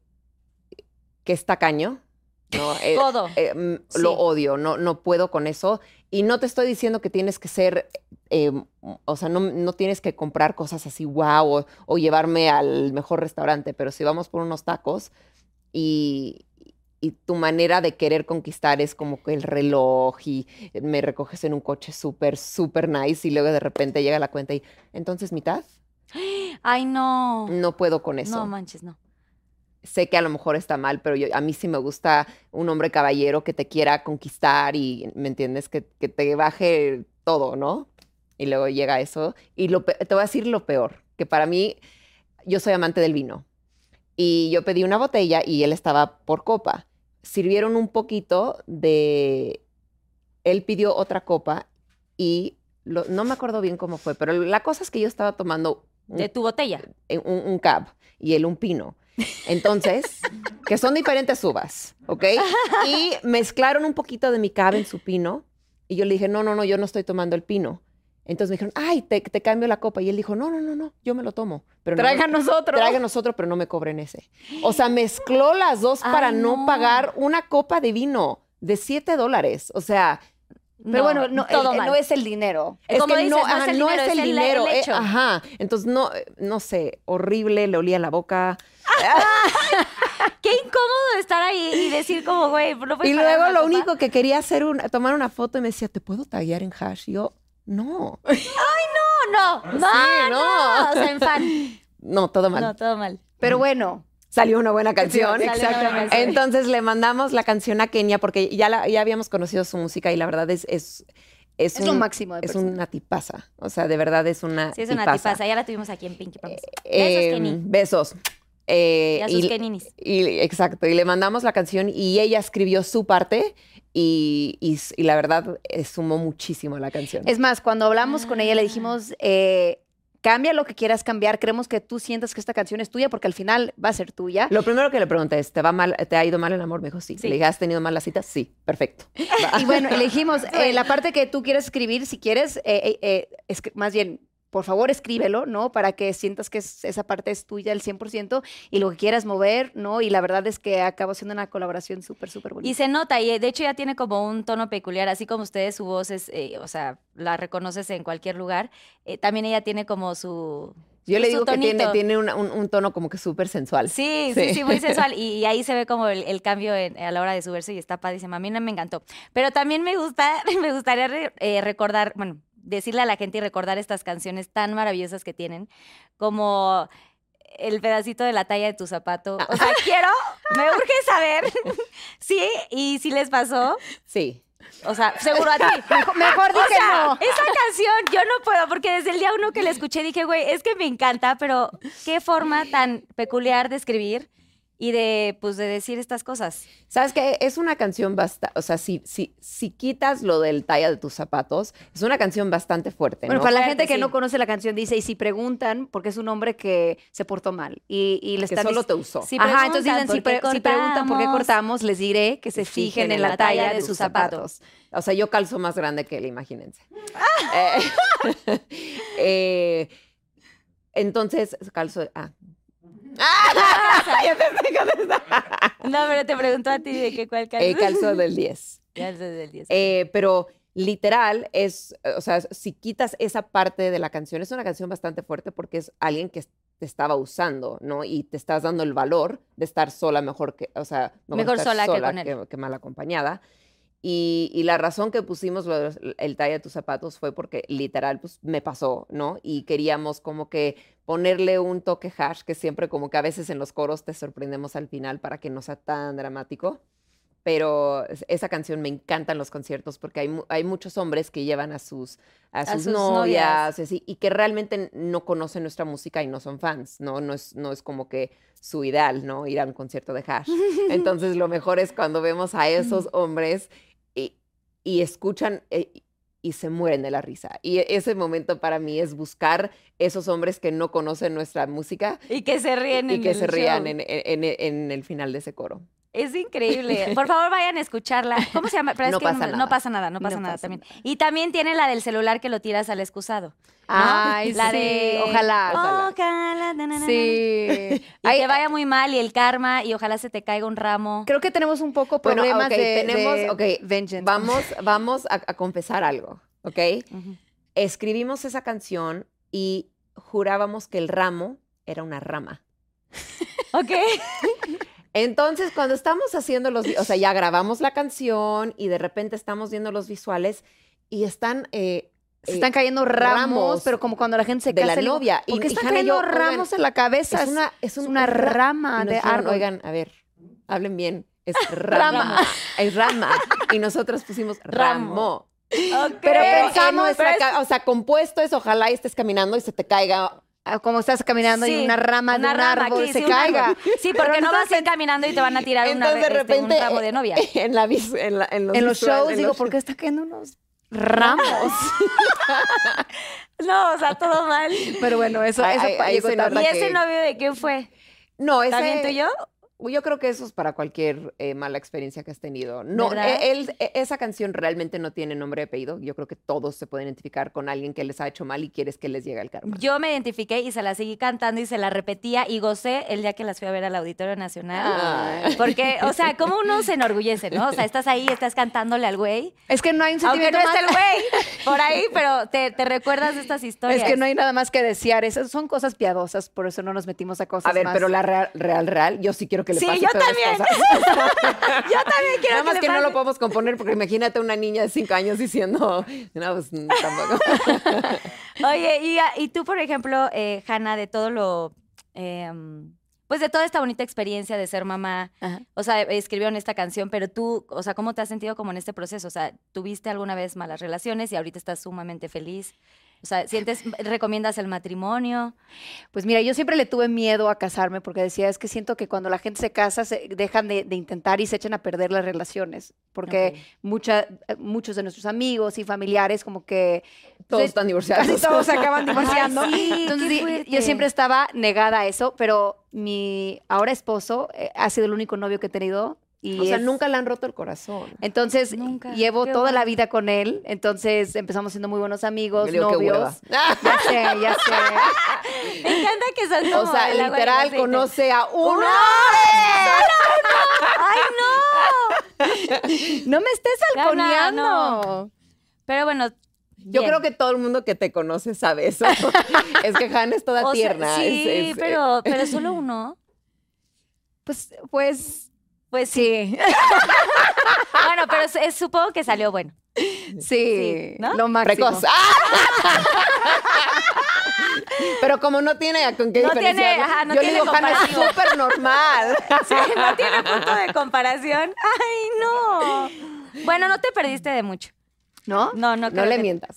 Speaker 5: que es tacaño.
Speaker 4: <laughs>
Speaker 5: ¿no? Eh,
Speaker 4: Codo.
Speaker 5: eh, mm,
Speaker 4: Sí.
Speaker 5: Lo odio, no, no puedo con eso. Y no te estoy diciendo que tienes que ser, eh, o sea, no, no tienes que comprar cosas así, wow, o, o llevarme al mejor restaurante, pero si vamos por unos tacos y, y tu manera de querer conquistar es como que el reloj y me recoges en un coche súper, súper nice y luego de repente llega la cuenta y entonces mitad,
Speaker 4: Ay, no.
Speaker 5: no puedo con eso
Speaker 4: No manches, no.
Speaker 5: sé que a lo mejor está mal, pero yo, a mí sí me gusta un hombre caballero que te quiera conquistar y, ¿me entiendes? Que, que te baje todo, ¿no? Y luego llega eso. Y lo, pe- te voy a decir lo peor, que para mí, yo soy amante del vino. Y yo pedí una botella y él estaba por copa. Sirvieron un poquito de... Él pidió otra copa y lo- no me acuerdo bien cómo fue, pero la cosa es que yo estaba tomando un
Speaker 4: De tu botella.
Speaker 5: eh, un, un cab y él un pino.
Speaker 4: <laughs>
Speaker 5: Entonces, que son diferentes uvas, ¿ok? Y mezclaron un poquito de mi cab en su pino y yo le dije, no, no, no, yo no estoy tomando el pino. Entonces me dijeron, ay, te, te cambio la copa. Y él dijo, no, no, no, no, yo me lo tomo. Pero no me-
Speaker 9: Tráiganos otro.
Speaker 5: Tráiganos otro, pero no me cobren ese. O sea, mezcló
Speaker 4: <gasps>
Speaker 5: las dos
Speaker 4: Ay,
Speaker 5: para no.
Speaker 4: no.
Speaker 5: pagar una copa de vino de 7 dólares. O sea,
Speaker 9: Pero
Speaker 4: No,
Speaker 9: bueno, no,
Speaker 4: todo
Speaker 5: eh,
Speaker 9: el-
Speaker 4: mal.
Speaker 9: no es el dinero.
Speaker 4: Eh, como
Speaker 5: que
Speaker 4: dices, no es
Speaker 5: ajá,
Speaker 4: el dinero, es el- el
Speaker 5: eh,
Speaker 4: hecho.
Speaker 5: ajá. Entonces, no, eh, no sé, horrible, le olía la boca.
Speaker 4: Qué incómodo estar ahí y decir como, güey, no puedes
Speaker 5: Y
Speaker 4: pagar
Speaker 5: luego
Speaker 4: una
Speaker 5: lo
Speaker 4: copa.
Speaker 5: único que quería hacer una, tomar una foto y me decía, ¿te puedo tallar en hash? Y yo, no.
Speaker 4: No, no, no,
Speaker 5: Sí, no.
Speaker 4: O sea, en fan.
Speaker 5: No, todo mal.
Speaker 4: No, todo mal.
Speaker 9: Pero bueno,
Speaker 5: Salió una buena canción.
Speaker 4: salió una buena Exactamente. canción.
Speaker 5: Entonces le mandamos la canción a Kenia porque ya, la- ya habíamos conocido su música y la verdad es... Es, es,
Speaker 9: es lo máximo de
Speaker 5: Es
Speaker 9: persona.
Speaker 5: una tipaza. O sea, de verdad es una
Speaker 4: Sí, es una tipaza. Ya la tuvimos aquí en Pinky Promise. Besos,
Speaker 5: Eh,
Speaker 4: Kenny.
Speaker 5: Besos. eh,
Speaker 4: Ya sus
Speaker 5: y,
Speaker 4: Keninis.
Speaker 5: y- exacto, y le mandamos la canción y ella escribió su parte y, y s- y la verdad eh, sumó muchísimo a la canción.
Speaker 9: Es más, cuando hablamos con ella le
Speaker 4: Ah.
Speaker 9: dijimos, eh, cambia lo que quieras cambiar, creemos que tú sientas que esta canción es tuya porque al final va a ser tuya.
Speaker 5: Lo primero que le pregunté es, ¿te, va mal, ¿te ha ido mal el amor? Me dijo, sí.
Speaker 4: Sí.
Speaker 5: ¿Le dije, has tenido malas citas? Sí, perfecto.
Speaker 9: Y bueno, le
Speaker 4: <laughs>
Speaker 9: dijimos, eh, la parte que tú quieres escribir, si quieres, eh, eh, eh, escri- más bien, por favor, escríbelo, ¿no? Para que sientas que es- esa parte es tuya al 100% y lo que quieras mover, ¿no? Y la verdad es que acabó siendo una colaboración súper, súper bonita.
Speaker 4: Y se nota, y eh, de hecho ya tiene como un tono peculiar, así como ustedes su voz es, eh, o sea, la reconoces en cualquier lugar, eh, también ella tiene como su...
Speaker 5: Yo le
Speaker 4: su
Speaker 5: digo que tiene,
Speaker 4: tonito.
Speaker 5: tiene una- un, un tono como que súper sensual.
Speaker 4: Sí, sí,
Speaker 5: Sí.
Speaker 4: sí, muy sensual. Y, y ahí se ve como el, el cambio en- a la hora de su verso y está padrísima. A mí no me encantó. Pero también me, gusta, <laughs> me gustaría re- eh, recordar, bueno, decirle a la gente y recordar estas canciones tan maravillosas que tienen, como el pedacito de la talla de tu zapato. O sea, quiero, me urge saber, <laughs> sí, y si les pasó,
Speaker 5: Sí.
Speaker 4: o sea, seguro a ti.
Speaker 9: Mejor, mejor
Speaker 4: O
Speaker 9: dije
Speaker 4: sea,
Speaker 9: no.
Speaker 4: esa canción yo no puedo, porque desde el día uno que la escuché dije, güey, es que me encanta, pero qué forma tan peculiar de escribir y de, pues, de decir estas cosas.
Speaker 5: ¿Sabes qué? Es una canción bastante, o sea, si, si, si quitas lo del talla de tus zapatos, es una canción bastante fuerte,
Speaker 9: Bueno,
Speaker 5: ¿no?
Speaker 9: para la
Speaker 4: Fuerte,
Speaker 9: gente que
Speaker 4: sí.
Speaker 9: no conoce la canción, dice, y si preguntan, porque es un hombre que se portó mal y, y le
Speaker 5: que
Speaker 9: están...
Speaker 5: solo te usó.
Speaker 4: Sí. Si
Speaker 9: Ajá, entonces
Speaker 4: preguntan
Speaker 9: dicen, si,
Speaker 4: por qué
Speaker 9: pre- si preguntan por qué
Speaker 4: cortamos,
Speaker 9: cortamos, les diré que se fijen en la talla de sus zapatos.
Speaker 5: O sea, yo calzo más grande que él, imagínense.
Speaker 4: ¡Ah!
Speaker 5: Eh, <laughs> eh, entonces, calzo...
Speaker 4: <laughs>
Speaker 5: Ah. <laughs> Ya te estoy contestando.
Speaker 4: No, pero te pregunto a ti de qué cuál
Speaker 5: Eh,
Speaker 4: canción.
Speaker 5: calzo del 10.
Speaker 4: <laughs> Ya desde el 10.
Speaker 5: Eh, pero literal es, eh, o sea, si quitas esa parte de la canción, es una canción bastante fuerte porque es alguien que te estaba usando, ¿no? Y te estás dando el valor de estar sola mejor que, o sea,
Speaker 4: Mejor
Speaker 5: estar
Speaker 4: sola que con él.
Speaker 5: que mal acompañada. Y, y la razón que pusimos lo de- el talla de tus zapatos fue porque literal, pues me pasó, ¿no? Y queríamos como que ponerle un toque hash, que siempre como que a veces en los coros te sorprendemos al final para que no sea tan dramático. Pero es- esa canción me encantan los conciertos porque hay, mu- hay muchos hombres que llevan a sus, a sus,
Speaker 4: sus
Speaker 5: novias
Speaker 4: novias.
Speaker 5: y así, y que realmente no conocen nuestra música y no son fans, ¿no? No es, no es como que su ideal, ¿no? Ir a un concierto de <laughs> hash. Entonces lo mejor es cuando vemos a esos hombres y, y escuchan eh, y- y se mueren de la risa. Y e- ese momento para mí es buscar esos hombres que no conocen nuestra música
Speaker 4: y que se
Speaker 5: y,
Speaker 4: ríen en
Speaker 5: que
Speaker 4: el
Speaker 5: se rían
Speaker 4: show.
Speaker 5: en, en- en- en el final de ese coro.
Speaker 4: Es
Speaker 5: <laughs>
Speaker 4: increíble. Por favor, vayan a escucharla. ¿Cómo se llama? Pero es
Speaker 5: No
Speaker 4: que
Speaker 5: pasa
Speaker 4: no,
Speaker 5: nada.
Speaker 4: pasa nada, no pasa
Speaker 5: No
Speaker 4: nada
Speaker 5: pasa
Speaker 4: también. Y también tiene la del celular que lo tiras al excusado. ¿no?
Speaker 9: Ay,
Speaker 4: la
Speaker 9: sí,
Speaker 4: de
Speaker 5: Ah,
Speaker 4: Oh,
Speaker 9: ojalá.
Speaker 4: Ojalá. na, na, na, na.
Speaker 9: Sí.
Speaker 4: Y
Speaker 9: Ay,
Speaker 4: que vaya muy mal y el karma y ojalá se te caiga un ramo.
Speaker 9: Creo que tenemos un poco
Speaker 5: Bueno,
Speaker 9: problemas
Speaker 5: ok,
Speaker 9: de,
Speaker 5: tenemos-
Speaker 9: de
Speaker 5: ok,
Speaker 9: vengeance.
Speaker 5: Vamos, vamos a, a confesar algo, ¿ok?
Speaker 4: Ujú.
Speaker 5: Escribimos esa canción y jurábamos que el ramo era una rama.
Speaker 4: Ok.
Speaker 5: Entonces, cuando estamos haciendo los, vi- o sea, ya grabamos la canción y de repente estamos viendo los visuales y están eh,
Speaker 9: Se
Speaker 5: eh,
Speaker 9: están cayendo ramos,
Speaker 5: ramos
Speaker 9: pero como cuando la gente se
Speaker 5: de la
Speaker 9: casa, le digo,
Speaker 5: novia. Y-
Speaker 9: ¿Por qué
Speaker 5: y
Speaker 9: están
Speaker 5: Hannah y yo,
Speaker 9: cayendo
Speaker 5: oigan,
Speaker 9: ramos en la cabeza?
Speaker 5: es una, es
Speaker 9: es
Speaker 5: un-
Speaker 9: una
Speaker 5: es ra-
Speaker 9: rama
Speaker 5: Y nos
Speaker 9: Ah, de
Speaker 5: dijeron,
Speaker 9: árbol.
Speaker 5: Oigan, a ver, hablen bien. Es rama. es rama. Y nosotros pusimos
Speaker 4: Ramo.
Speaker 5: ramo.
Speaker 4: Ok. <laughs>
Speaker 5: Pero
Speaker 9: Pero
Speaker 5: pensamos,
Speaker 9: en nuestra
Speaker 5: o sea, compuesto es ojalá y estés caminando y se te caiga.
Speaker 9: Ah, Como estás caminando
Speaker 4: Sí,
Speaker 9: y una rama de un
Speaker 4: rama
Speaker 9: árbol
Speaker 4: aquí,
Speaker 9: se
Speaker 4: sí, un árbol.
Speaker 9: caiga.
Speaker 4: Sí, porque no vas a ir caminando y te van a tirar una,
Speaker 5: Entonces, de
Speaker 4: re- este,
Speaker 5: repente,
Speaker 4: un ramo de novia.
Speaker 5: <laughs> En, la, vis- en, la- los,
Speaker 9: En
Speaker 5: visuales,
Speaker 9: los shows
Speaker 5: en
Speaker 9: digo,
Speaker 5: los-
Speaker 9: ¿por qué está cayendo unos ramos?
Speaker 4: No, o sea, <laughs> todo mal. ¿Y
Speaker 9: pero bueno, eso,
Speaker 5: Ay,
Speaker 9: eso
Speaker 5: ay,
Speaker 9: pa-
Speaker 5: ay,
Speaker 9: llegó
Speaker 5: se
Speaker 9: tarde.
Speaker 5: nota
Speaker 4: ese
Speaker 5: que-
Speaker 4: novio de quién fue?
Speaker 5: No, ese,
Speaker 4: ¿También tuyo?
Speaker 5: Yo creo que eso es para cualquier eh, mala experiencia que has tenido. No,
Speaker 4: ¿Verdad?
Speaker 5: e- él, e- esa canción realmente no tiene nombre de apellido. Yo creo que todos se pueden identificar con alguien que les ha hecho mal y quieres que les llegue el karma.
Speaker 4: Yo me identifiqué y se la seguí cantando y se la repetía y gocé el día que las fui a ver al Auditorio Nacional.
Speaker 5: Ay.
Speaker 4: Porque, o sea, como uno se enorgullece, ¿no? O sea, estás ahí, estás cantándole al güey.
Speaker 9: Es que no hay un
Speaker 4: Aunque no
Speaker 9: sentimiento
Speaker 4: es
Speaker 9: más...
Speaker 4: el güey por ahí, pero te, te recuerdas de estas historias.
Speaker 9: Es que no hay nada más que desear. Esas son cosas piadosas, por eso no nos metimos a cosas
Speaker 5: A ver,
Speaker 9: más.
Speaker 5: pero la real, real, real, yo sí quiero que le
Speaker 4: Sí,
Speaker 5: pase
Speaker 4: yo
Speaker 5: peores
Speaker 4: también.
Speaker 5: cosas.
Speaker 4: <laughs> Yo también quiero
Speaker 5: Nada más
Speaker 4: le
Speaker 5: que no lo
Speaker 4: pase.
Speaker 5: podemos componer porque imagínate una niña de cinco años diciendo, no, pues mm,
Speaker 4: <laughs>
Speaker 5: tampoco.
Speaker 4: Oye, y, a- y tú, por ejemplo, eh, Hanna, de todo lo. em, pues de toda esta bonita experiencia de ser mamá,
Speaker 9: Ajá.
Speaker 4: o sea, escribieron esta canción, pero tú, o sea, ¿cómo te has sentido como en este proceso? O sea, ¿tuviste alguna vez malas relaciones y ahorita estás sumamente feliz? O sea,
Speaker 5: <laughs>
Speaker 4: sientes, recomiendas el matrimonio.
Speaker 9: Pues mira, yo siempre le tuve miedo a casarme porque decía, es que siento que cuando la gente se casa, se dejan de, de intentar y se echan a perder las relaciones. Porque
Speaker 4: Ok.
Speaker 9: mucha- eh, muchos de nuestros amigos y familiares como
Speaker 4: <laughs>
Speaker 9: que...
Speaker 5: Todos
Speaker 9: Sí,
Speaker 5: están divorciados.
Speaker 9: Casi todos se
Speaker 5: <laughs>
Speaker 9: acaban divorciando.
Speaker 4: Ay, sí,
Speaker 9: Entonces,
Speaker 4: qué
Speaker 9: sí, yo
Speaker 4: fuerte.
Speaker 9: siempre estaba negada a eso, pero mi ahora esposo eh, ha sido el único novio que he tenido. Y
Speaker 5: O sea,
Speaker 9: es-
Speaker 5: nunca le han roto el corazón.
Speaker 9: Entonces,
Speaker 4: Nunca.
Speaker 9: llevo
Speaker 4: Qué
Speaker 9: toda la vida con él. Entonces, empezamos siendo muy buenos amigos,
Speaker 5: Yo digo, qué <laughs>
Speaker 9: novios. Ya sé,
Speaker 4: <laughs>
Speaker 9: ya sé.
Speaker 4: Me encanta que seas
Speaker 5: <laughs> O
Speaker 4: como
Speaker 5: sea,
Speaker 4: el agua y el
Speaker 5: literal,
Speaker 4: aceite.
Speaker 5: conoce a uno.
Speaker 9: No me estés
Speaker 4: Gana,
Speaker 9: balconeando.
Speaker 4: no. Pero bueno.
Speaker 5: Yo
Speaker 4: bien.
Speaker 5: creo que todo el mundo que te conoce sabe
Speaker 4: <laughs>
Speaker 5: eso. es que Han es toda
Speaker 4: O sea,
Speaker 5: tierna. es-
Speaker 4: sí,
Speaker 5: es- eh,
Speaker 4: pero, pero
Speaker 5: <laughs>
Speaker 4: solo uno.
Speaker 9: Pues, pues,
Speaker 4: Pues sí. <laughs> bueno, pero es- es- supongo que salió bueno.
Speaker 9: sí,
Speaker 4: Sí, ¿no?
Speaker 9: lo máximo.
Speaker 5: precoz. ¡Ah! <laughs> Pero como no tiene con qué
Speaker 4: No tiene,
Speaker 5: diferenciarlo,
Speaker 4: ajá, no
Speaker 5: yo
Speaker 4: tiene
Speaker 5: le digo, Hanna, es
Speaker 9: <laughs>
Speaker 4: comparativo".
Speaker 5: súper <laughs> normal.
Speaker 4: Sí, no tiene punto de comparación. Ay, no. Bueno, no te perdiste de mucho.
Speaker 9: ¿No?
Speaker 4: No, no
Speaker 5: No
Speaker 4: creo
Speaker 5: le
Speaker 4: que-
Speaker 5: mientas.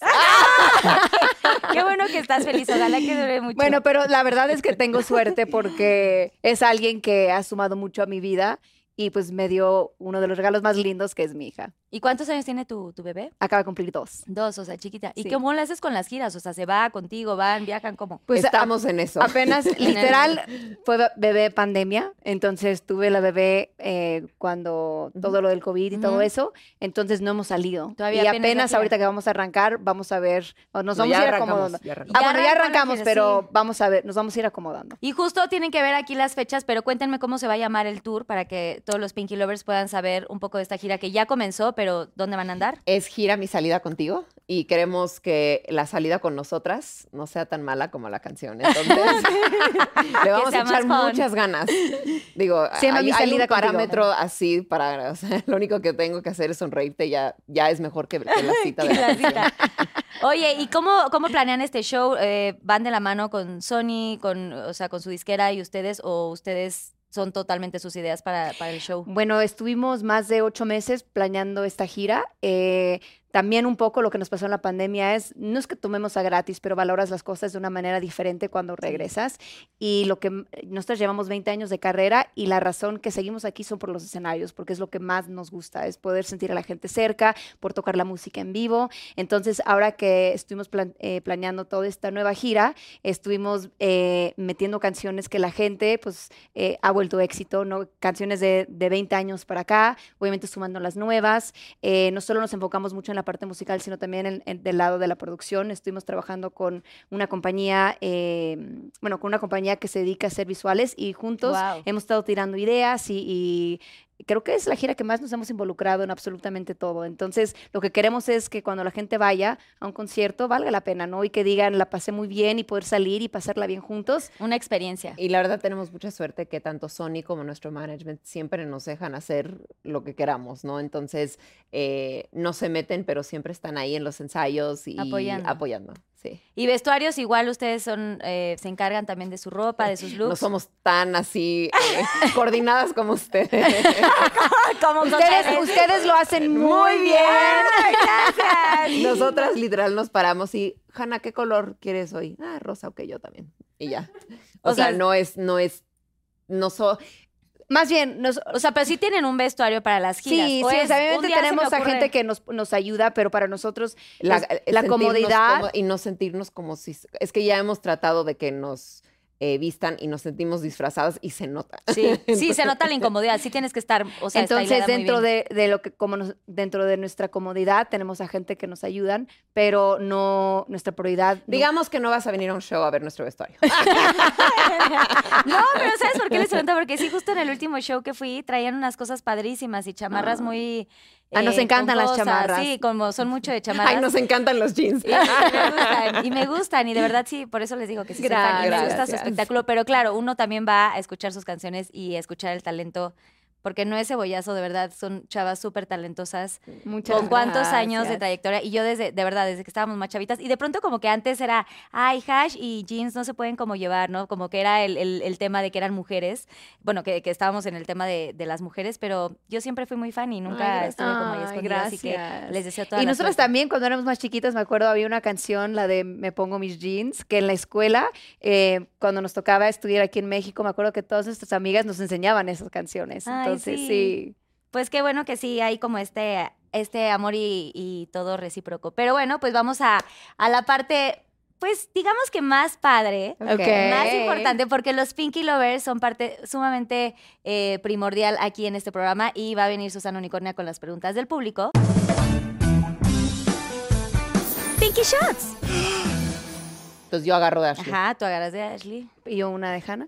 Speaker 4: Qué bueno que estás feliz. Ojalá que dure mucho.
Speaker 9: Bueno, pero la verdad es que tengo suerte porque es alguien que ha sumado mucho a mi vida y pues me dio uno de los regalos más lindos que es mi hija.
Speaker 4: ¿Y cuántos años tiene tu, tu bebé?
Speaker 9: Acaba de cumplir dos.
Speaker 4: Dos, o sea, chiquita. ¿Y
Speaker 9: Sí.
Speaker 4: cómo le haces con las giras? O sea, ¿se va contigo, van, viajan, cómo?
Speaker 9: Pues a-
Speaker 5: Estamos en eso.
Speaker 9: apenas, literal, fue be- bebé pandemia, entonces tuve la bebé eh, cuando todo lo del COVID y todo
Speaker 4: Ujú.
Speaker 9: eso, entonces no hemos salido.
Speaker 4: Todavía
Speaker 9: y
Speaker 4: apenas no
Speaker 9: apenas
Speaker 4: quieren.
Speaker 9: ahorita que vamos a arrancar, vamos a ver, o nos
Speaker 5: No,
Speaker 9: vamos
Speaker 5: ya
Speaker 9: a ir
Speaker 5: arrancamos,
Speaker 9: acomodando.
Speaker 5: ya arrancamos.
Speaker 9: Ah, bueno,
Speaker 4: Ya
Speaker 9: ya
Speaker 4: arrancaron,
Speaker 9: arrancamos,
Speaker 4: quiere
Speaker 9: pero
Speaker 4: decir.
Speaker 9: vamos a ver, nos vamos a ir acomodando.
Speaker 4: Y justo tienen que ver aquí las fechas, pero cuéntenme cómo se va a llamar el tour para que todos los Pinky Lovers puedan saber un poco de esta gira que ya comenzó, pero ¿dónde van a andar?
Speaker 5: Es gira mi salida contigo y queremos que la salida con nosotras no sea tan mala como la canción. Entonces, le vamos
Speaker 4: sea
Speaker 5: a echar
Speaker 4: más fun.
Speaker 5: muchas ganas. Digo,
Speaker 9: Se llama
Speaker 5: hay,
Speaker 9: Mi
Speaker 5: hay
Speaker 9: Salida
Speaker 5: un
Speaker 9: Contigo.
Speaker 5: parámetro así para, o sea, <laughs> lo único que tengo que hacer es sonreírte, ya, ya es mejor que, que la
Speaker 4: <laughs>
Speaker 5: cita de la canción.
Speaker 4: Cita. Oye, ¿y cómo, cómo planean este show? Eh, ¿Van de la mano con Sony, con, o sea, con su disquera y ustedes, o ustedes son totalmente sus ideas para, para el show?
Speaker 9: Bueno, estuvimos más de ocho meses planeando esta gira. Eh, también un poco lo que nos pasó en la pandemia es, no es que tomemos a gratis, pero valoras las cosas de una manera diferente cuando regresas. Y lo que m- nosotros llevamos 20 años de carrera y la razón que seguimos aquí son por los escenarios, porque es lo que más nos gusta, es poder sentir a la gente cerca, por tocar la música en vivo. Entonces, ahora que estuvimos plan- eh, planeando toda esta nueva gira, estuvimos eh, metiendo canciones que la gente, pues, eh, ha vuelto éxito, ¿no? Canciones de, de 20 años para acá, obviamente sumando las nuevas. Eh, no solo nos enfocamos mucho en la parte musical, sino también en- en- del lado de la producción. Estuvimos trabajando con una compañía, eh, bueno, con una compañía que se dedica a hacer visuales y juntos
Speaker 4: Guau.
Speaker 9: hemos estado tirando ideas y- y creo que es la gira que más nos hemos involucrado en absolutamente todo. Entonces, lo que queremos es que cuando la gente vaya a un concierto valga la pena, ¿no? Y que digan, la pasé muy bien y poder salir y pasarla bien juntos.
Speaker 4: Una experiencia.
Speaker 5: Y la verdad tenemos mucha suerte que tanto Sony como nuestro management siempre nos dejan hacer lo que queramos, ¿no? Entonces, eh, no se meten, pero siempre están ahí en los ensayos y
Speaker 4: Apoyando.
Speaker 5: apoyando, sí.
Speaker 4: Y vestuarios, igual ustedes son, eh, se encargan también de su ropa, de sus looks.
Speaker 5: No somos tan así eh, <laughs> coordinadas como <laughs> ustedes.
Speaker 4: como
Speaker 9: Ustedes, ustedes lo hacen muy bien.
Speaker 5: Nosotras literal nos paramos y, Hanna, ¿qué color quieres hoy? Ah, rosa, ok, yo también. Y ya. O,
Speaker 4: O
Speaker 5: sea,
Speaker 4: sea,
Speaker 5: no es, no es, no so,
Speaker 9: Más bien, nos,
Speaker 4: O sea, pero sí tienen un vestuario para las giras.
Speaker 9: sí,
Speaker 4: ¿o
Speaker 9: sí,
Speaker 4: es,
Speaker 9: o sea,
Speaker 4: un
Speaker 9: obviamente
Speaker 4: día se me
Speaker 9: tenemos a
Speaker 4: ocurre?
Speaker 9: gente que nos, nos ayuda, pero para nosotros
Speaker 5: la,
Speaker 9: es
Speaker 5: eh,
Speaker 9: la
Speaker 5: sentirnos
Speaker 9: comodidad.
Speaker 5: cómo- y no sentirnos como si es que ya hemos tratado de que nos eh, vistan y nos sentimos disfrazadas y se nota
Speaker 4: Sí,
Speaker 9: <laughs>
Speaker 4: sí, se nota la incomodidad. Sí tienes que estar, o sea,
Speaker 9: Entonces,
Speaker 4: estylada muy
Speaker 9: dentro
Speaker 4: bien.
Speaker 9: de, de lo que como nos- dentro de nuestra comodidad tenemos a gente que nos ayudan, pero no nuestra prioridad. no-
Speaker 5: digamos que no vas a venir a un show a ver nuestro vestuario
Speaker 4: No, pero ¿sabes por qué les pregunto? Porque sí, justo en el último show que fui, traían unas cosas padrísimas y chamarras muy...
Speaker 9: Ah, nos encantan las
Speaker 4: jugosas.
Speaker 9: chamarras.
Speaker 4: Sí, como son mucho
Speaker 9: <laughs>
Speaker 4: de chamarras.
Speaker 5: ay nos encantan los jeans
Speaker 4: Y, y me gustan, y me gustan, y de verdad sí, por eso les digo que sí soy fan, y me gusta su
Speaker 5: Gracias.
Speaker 4: espectáculo, pero claro, uno también va a escuchar sus canciones y a escuchar el talento porque no es cebollazo, de verdad, son chavas súper talentosas
Speaker 9: Muchas
Speaker 4: con cuántos
Speaker 9: gracias.
Speaker 4: años de trayectoria. Y yo desde, de verdad, desde que estábamos más chavitas, y de pronto como que antes era, ay, hash y jeans no se pueden como llevar, ¿no? Como que era el, el- el tema de que eran mujeres, bueno, que, que estábamos en el tema de, de las mujeres, pero yo siempre fui muy fan y nunca
Speaker 5: gracias.
Speaker 4: estuve como ahí
Speaker 9: Ay,
Speaker 4: escondida, así que
Speaker 9: gracias.
Speaker 4: les deseo toda
Speaker 9: Y
Speaker 4: la
Speaker 9: nosotros
Speaker 4: suerte.
Speaker 9: también, cuando éramos más chiquitas, me acuerdo, había una canción, la de Me pongo mis jeans, que en la escuela, eh, cuando nos tocaba estudiar aquí en México, me acuerdo que todas nuestras amigas nos enseñaban esas canciones.
Speaker 4: Ay,
Speaker 9: Entonces,
Speaker 4: sí.
Speaker 9: sí.
Speaker 4: Pues qué bueno que sí hay como este, este amor y, y todo recíproco. Pero bueno, pues vamos a, a la parte, pues digamos que más padre,
Speaker 9: Ok.
Speaker 4: más importante, porque los Pinky Lovers son parte sumamente eh, primordial aquí en este programa y va a venir Susana Unicornia con las preguntas del público. Pinky Shots.
Speaker 5: Entonces yo agarro de Ashley.
Speaker 4: Ajá, tú agarras de Ashley.
Speaker 9: Y yo una de Hannah.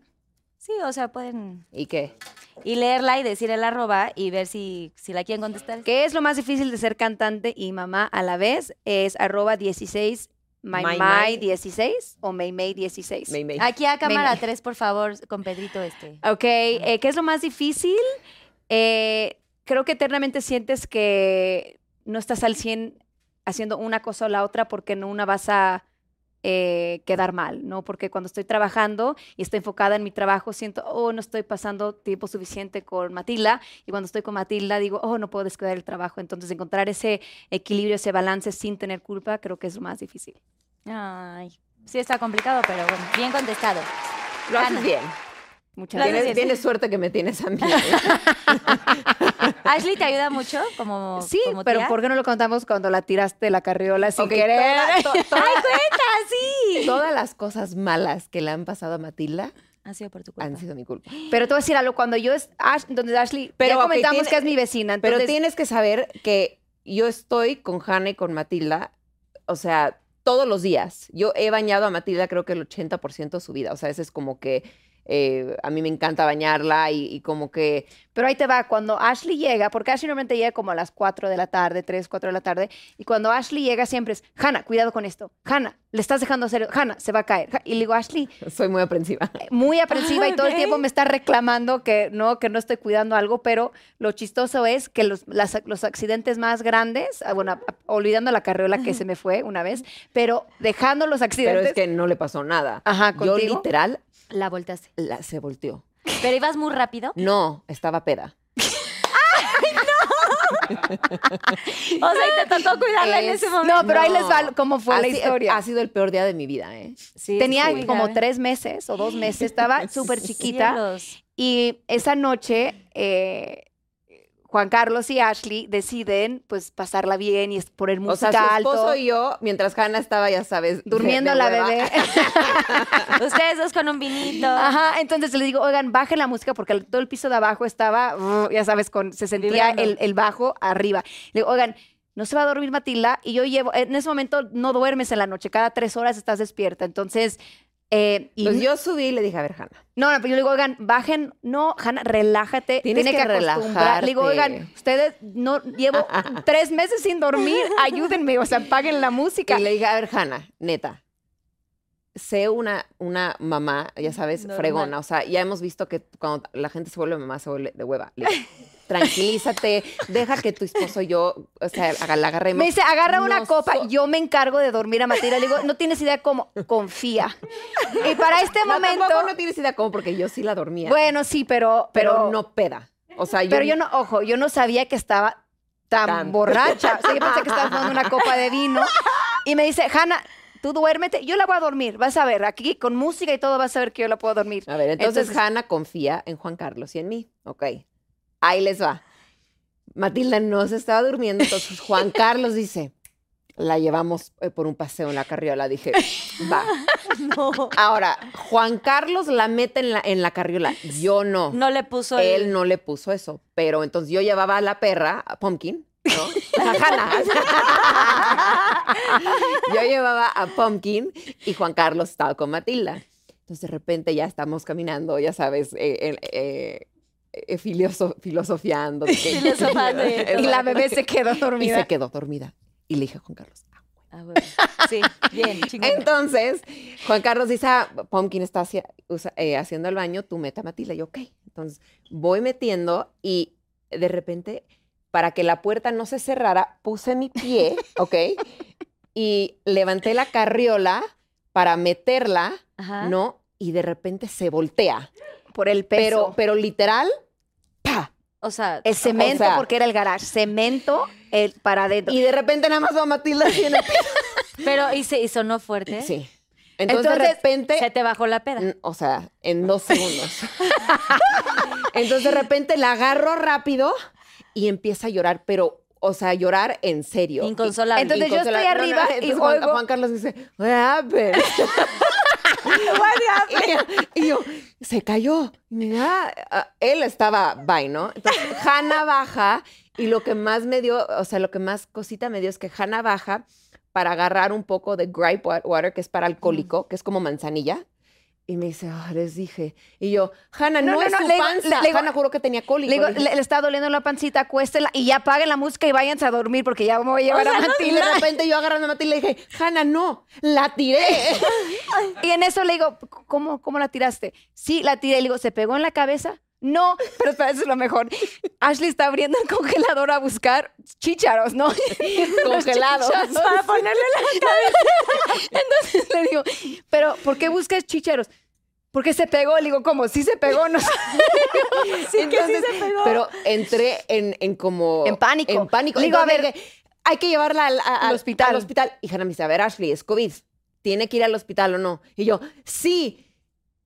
Speaker 4: Sí, o sea, pueden...
Speaker 5: ¿Y qué?
Speaker 4: Y leerla y decir el arroba y ver si, si la quieren contestar.
Speaker 9: ¿Qué es lo más difícil de ser cantante y mamá a la vez? Es arroba 16
Speaker 5: May May.
Speaker 9: maymay16 o maymay16.
Speaker 5: May, May.
Speaker 4: Aquí a cámara
Speaker 9: Venga.
Speaker 4: 3, por favor, con Pedrito este.
Speaker 9: Ok, eh, ¿qué es lo más difícil? Eh, creo que eternamente sientes que no estás al 100 haciendo una cosa o la otra porque en una vas a eh, quedar mal, ¿no? Porque cuando estoy trabajando y estoy enfocada en mi trabajo, siento, oh, no estoy pasando tiempo suficiente con Matilda. Y cuando estoy con Matilda, digo, oh, no puedo descuidar el trabajo. Entonces, encontrar ese equilibrio, ese balance sin tener culpa, creo que es lo más difícil.
Speaker 4: Ay, sí está complicado, pero bueno, bien contestado.
Speaker 5: Lo haces
Speaker 4: Ana.
Speaker 5: bien.
Speaker 9: Muchas
Speaker 4: Lo haces bien.
Speaker 5: Tienes,
Speaker 9: gracias.
Speaker 5: tienes suerte que me tienes a mí.
Speaker 4: Ashley te ayuda mucho como
Speaker 9: Sí,
Speaker 4: como
Speaker 9: pero
Speaker 4: tía?
Speaker 9: ¿por qué no lo contamos cuando la tiraste de la carriola sin
Speaker 5: Ok,
Speaker 9: querer?
Speaker 5: toda- to- toda-
Speaker 4: Ah, sí.
Speaker 5: todas las cosas malas que le han pasado a Matilda
Speaker 4: Ha sido por tu culpa.
Speaker 5: han sido mi culpa.
Speaker 9: Pero te voy a decir algo, cuando yo, es, Ash- donde Ashley,
Speaker 5: Pero,
Speaker 9: pero,
Speaker 5: ok,
Speaker 9: comentamos
Speaker 5: tiene-
Speaker 9: que es mi vecina,
Speaker 5: Pero
Speaker 9: entonces,
Speaker 5: tienes que saber que yo estoy con Hanna y con Matilda, o sea, todos los días. Yo he bañado a Matilda creo que el 80% de su vida. O sea, ese es como que eh, a mí me encanta bañarla y, y como que...
Speaker 9: pero ahí te va, cuando Ashley llega, porque Ashley normalmente llega como a las 4 de la tarde, 3, 4 de la tarde, y cuando Ashley llega siempre es, Hannah, cuidado con esto, Hannah, le estás dejando hacer, Hannah, se va a caer. Ja- Y le digo, Ashley,
Speaker 5: Soy muy <laughs> aprensiva.
Speaker 9: muy aprensiva
Speaker 5: Ah,
Speaker 9: y todo
Speaker 4: Ok.
Speaker 9: el tiempo me está reclamando que no, que no estoy cuidando algo, pero lo chistoso es que los, las- los accidentes más grandes, ah, bueno, a- olvidando la carriola que se me fue una vez, pero dejando los
Speaker 5: Pero
Speaker 9: accidentes...
Speaker 5: es que no le pasó nada.
Speaker 9: Ajá,
Speaker 5: yo
Speaker 9: ¿contigo?
Speaker 5: literal
Speaker 4: La voltaste.
Speaker 5: la, se volteó.
Speaker 4: Pero ibas muy rápido.
Speaker 5: No, estaba peda.
Speaker 4: O sea, y te tocó cuidarla en
Speaker 5: Es-
Speaker 4: ese momento.
Speaker 9: No, pero ahí les va
Speaker 5: No. eh,
Speaker 9: lo- cómo fue la
Speaker 5: Ha si-
Speaker 9: historia.
Speaker 5: Ha sido el peor día de mi vida, ¿eh?
Speaker 4: Sí,
Speaker 9: Tenía
Speaker 4: sí, muy
Speaker 9: como
Speaker 4: grave.
Speaker 9: tres meses o dos meses,
Speaker 5: <laughs>
Speaker 9: estaba súper chiquita.
Speaker 4: Cielos.
Speaker 9: Y esa noche, eh, Juan Carlos y Ashley deciden pues pasarla bien y es- poner
Speaker 5: O
Speaker 9: música
Speaker 5: sea, su
Speaker 9: alto,
Speaker 5: esposo y yo, mientras Hanna estaba, ya sabes, de-
Speaker 9: durmiendo
Speaker 5: de
Speaker 9: la
Speaker 5: hueva. <laughs>
Speaker 9: bebé.
Speaker 4: Ustedes dos con un vinito.
Speaker 9: Ajá, entonces le digo, oigan, bajen la música porque el- todo el piso de abajo estaba, uh, ya sabes, con, se sentía
Speaker 4: Vibrando.
Speaker 9: el, el bajo arriba. Le digo, oigan, no se va a dormir Matilda y yo llevo, en ese momento no duermes en la noche, cada tres horas estás despierta, entonces... eh, y
Speaker 5: Pues yo subí y le dije, a ver, Hanna.
Speaker 9: No, no, pero yo le digo, oigan, bajen, no, Hanna, relájate.
Speaker 5: Tienes
Speaker 9: tiene
Speaker 5: que
Speaker 9: que, acostumbrar. Le digo,
Speaker 5: relajarte.
Speaker 9: oigan, ustedes no
Speaker 5: <laughs>
Speaker 9: llevo tres meses sin dormir, ayúdenme, o sea, paguen la música.
Speaker 5: Y le dije, a ver, Hanna, neta, sé una, una mamá, ya sabes,
Speaker 4: Normal.
Speaker 5: fregona. O sea, ya hemos visto que cuando la gente se vuelve mamá, se vuelve de hueva.
Speaker 9: <laughs>
Speaker 5: Le dije, Tranquilízate, deja que tu esposo y yo, o sea, aga- la agarremos.
Speaker 9: me dice, agarra una
Speaker 5: No
Speaker 9: copa,
Speaker 5: so-
Speaker 9: yo me encargo de dormir a Matilda. Le digo, no tienes idea cómo, confía. Y para este
Speaker 5: No,
Speaker 9: momento,
Speaker 5: tampoco no tienes idea cómo, porque yo sí la dormía.
Speaker 9: bueno, sí, pero,
Speaker 5: pero,
Speaker 9: pero,
Speaker 5: no peda. O sea, yo,
Speaker 9: Pero yo no, ojo, yo no sabía que estaba tan,
Speaker 5: Tan.
Speaker 9: borracha. O sea, yo pensé que estaba tomando una copa de vino. Y me dice, Hanna, tú duérmete, yo la voy a dormir. Vas a ver, aquí con música y todo, vas a ver que yo la puedo dormir.
Speaker 5: A ver, entonces,
Speaker 9: Entonces-
Speaker 5: Hanna confía en Juan Carlos y en mí. Ok. Ahí les va. Matilda no se estaba durmiendo, entonces
Speaker 9: <laughs>
Speaker 5: Juan Carlos dice, la llevamos eh, por un paseo en la carriola. Dije, va.
Speaker 9: <laughs>
Speaker 5: Ahora, Juan Carlos la mete en la, en la carriola. Yo no.
Speaker 4: No le puso el- <laughs>
Speaker 5: Él no le puso eso. Pero entonces yo llevaba a la perra, a Pumpkin, ¿no? <laughs> A Hannah. yo llevaba a Pumpkin y Juan Carlos estaba con Matilda. Entonces de repente ya estamos caminando, ya sabes, eh, eh, eh, eh, filoso- filosofiando. de que- <laughs>
Speaker 4: Filosofando y todo.
Speaker 9: Y la bebé se quedó
Speaker 5: Y
Speaker 9: dormida.
Speaker 5: se quedó dormida. Y le dije a Juan Carlos, "Ah, güey".
Speaker 4: Ah, bueno. Sí,
Speaker 5: <laughs>
Speaker 4: bien, chingón.
Speaker 5: Entonces, Juan Carlos dice, "Ah, Pumpkin está hacia- usa- eh, haciendo el baño, tú meta a Matilda. Y yo, ok. Entonces voy metiendo y de repente, para que la puerta no se cerrara, puse mi pie, ¿ok? Y levanté la carriola para meterla,
Speaker 4: Ajá.
Speaker 5: ¿no? Y de repente se voltea.
Speaker 9: Por el
Speaker 5: Pero,
Speaker 9: peso.
Speaker 5: pero literal, ¡pa!
Speaker 4: O sea,
Speaker 9: el cemento,
Speaker 5: o sea-
Speaker 9: porque era el garage. Cemento el, para adentro.
Speaker 5: Y de repente nada más va Matilda así en el piso.
Speaker 4: pero y, se, y sonó fuerte.
Speaker 5: Sí. Entonces, de
Speaker 9: Entonces,
Speaker 5: repente,
Speaker 4: ¿Eh? Se te bajó la peda.
Speaker 5: N- O sea, en dos segundos. Entonces de repente la agarro rápido y empieza a llorar, pero, o sea, llorar en serio.
Speaker 4: Inconsolable.
Speaker 9: Entonces, yo estoy
Speaker 5: Inconsolable.
Speaker 9: arriba y
Speaker 5: entonces Juan,
Speaker 9: oigo-
Speaker 5: Juan Carlos dice, What happened? <laughs> y, y yo, se cayó. Mira, ah, él estaba bye, ¿no? Entonces, Hannah baja y lo que más me dio, o sea, lo que más cosita me dio es que Hannah baja para agarrar un poco de gripe wa- water, que es para alcohólico, que es como manzanilla. Y me dice, ah, les dije. Y yo, Hannah,
Speaker 9: No,
Speaker 5: no,
Speaker 9: no,
Speaker 5: es
Speaker 9: no,
Speaker 5: su
Speaker 9: le digo-
Speaker 5: panza.
Speaker 9: le digo-
Speaker 5: Hannah juró que tenía cólico.
Speaker 9: Le digo,
Speaker 5: Le dije, <laughs>
Speaker 9: le, le está doliendo la pancita, acuéstela y ya apaguen la música y váyanse a dormir porque ya me voy a
Speaker 5: O
Speaker 9: llevar
Speaker 5: sea,
Speaker 9: a
Speaker 5: no, y
Speaker 9: Matilda.
Speaker 5: de repente yo agarrando a Matilda y le dije, Hanna, no, la
Speaker 9: <laughs>
Speaker 5: tiré.
Speaker 9: Y en eso le digo, ¿cómo, cómo la tiraste? Sí, la tiré. Y le digo, ¿se pegó en la cabeza? No, pero espera, eso es lo mejor. Ashley está abriendo el congelador a buscar chícharos, ¿no?
Speaker 5: Congelados.
Speaker 9: Para ponerle en la cabeza. Entonces le digo, ¿pero por qué buscas chícharos? Porque se pegó. Le digo, ¿cómo? Sí se pegó. No sé.
Speaker 5: Entonces, Pero entré en, en como...
Speaker 9: En pánico.
Speaker 5: En pánico.
Speaker 9: Le digo, a
Speaker 5: Entonces,
Speaker 9: ver,
Speaker 5: dije, hay que llevarla al, a-
Speaker 9: al
Speaker 5: al-
Speaker 9: hospital.
Speaker 5: al hospital. Y Hanna me dice, a ver, Ashley, es COVID. ¿Tiene que ir al hospital o no? Y yo, sí.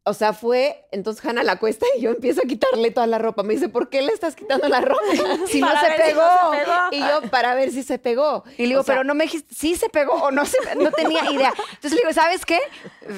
Speaker 5: O sea, fue... Entonces Hanna la cuesta y yo empiezo a quitarle toda la ropa. Me dice, ¿por qué le estás quitando la
Speaker 9: <laughs>
Speaker 5: ropa?
Speaker 9: Si no se pegó.
Speaker 5: Y yo, para ver si se pegó.
Speaker 9: Y le digo,
Speaker 5: O sea,
Speaker 9: pero no me dijiste, sí se pegó o no se no tenía idea. Entonces le digo, ¿sabes qué?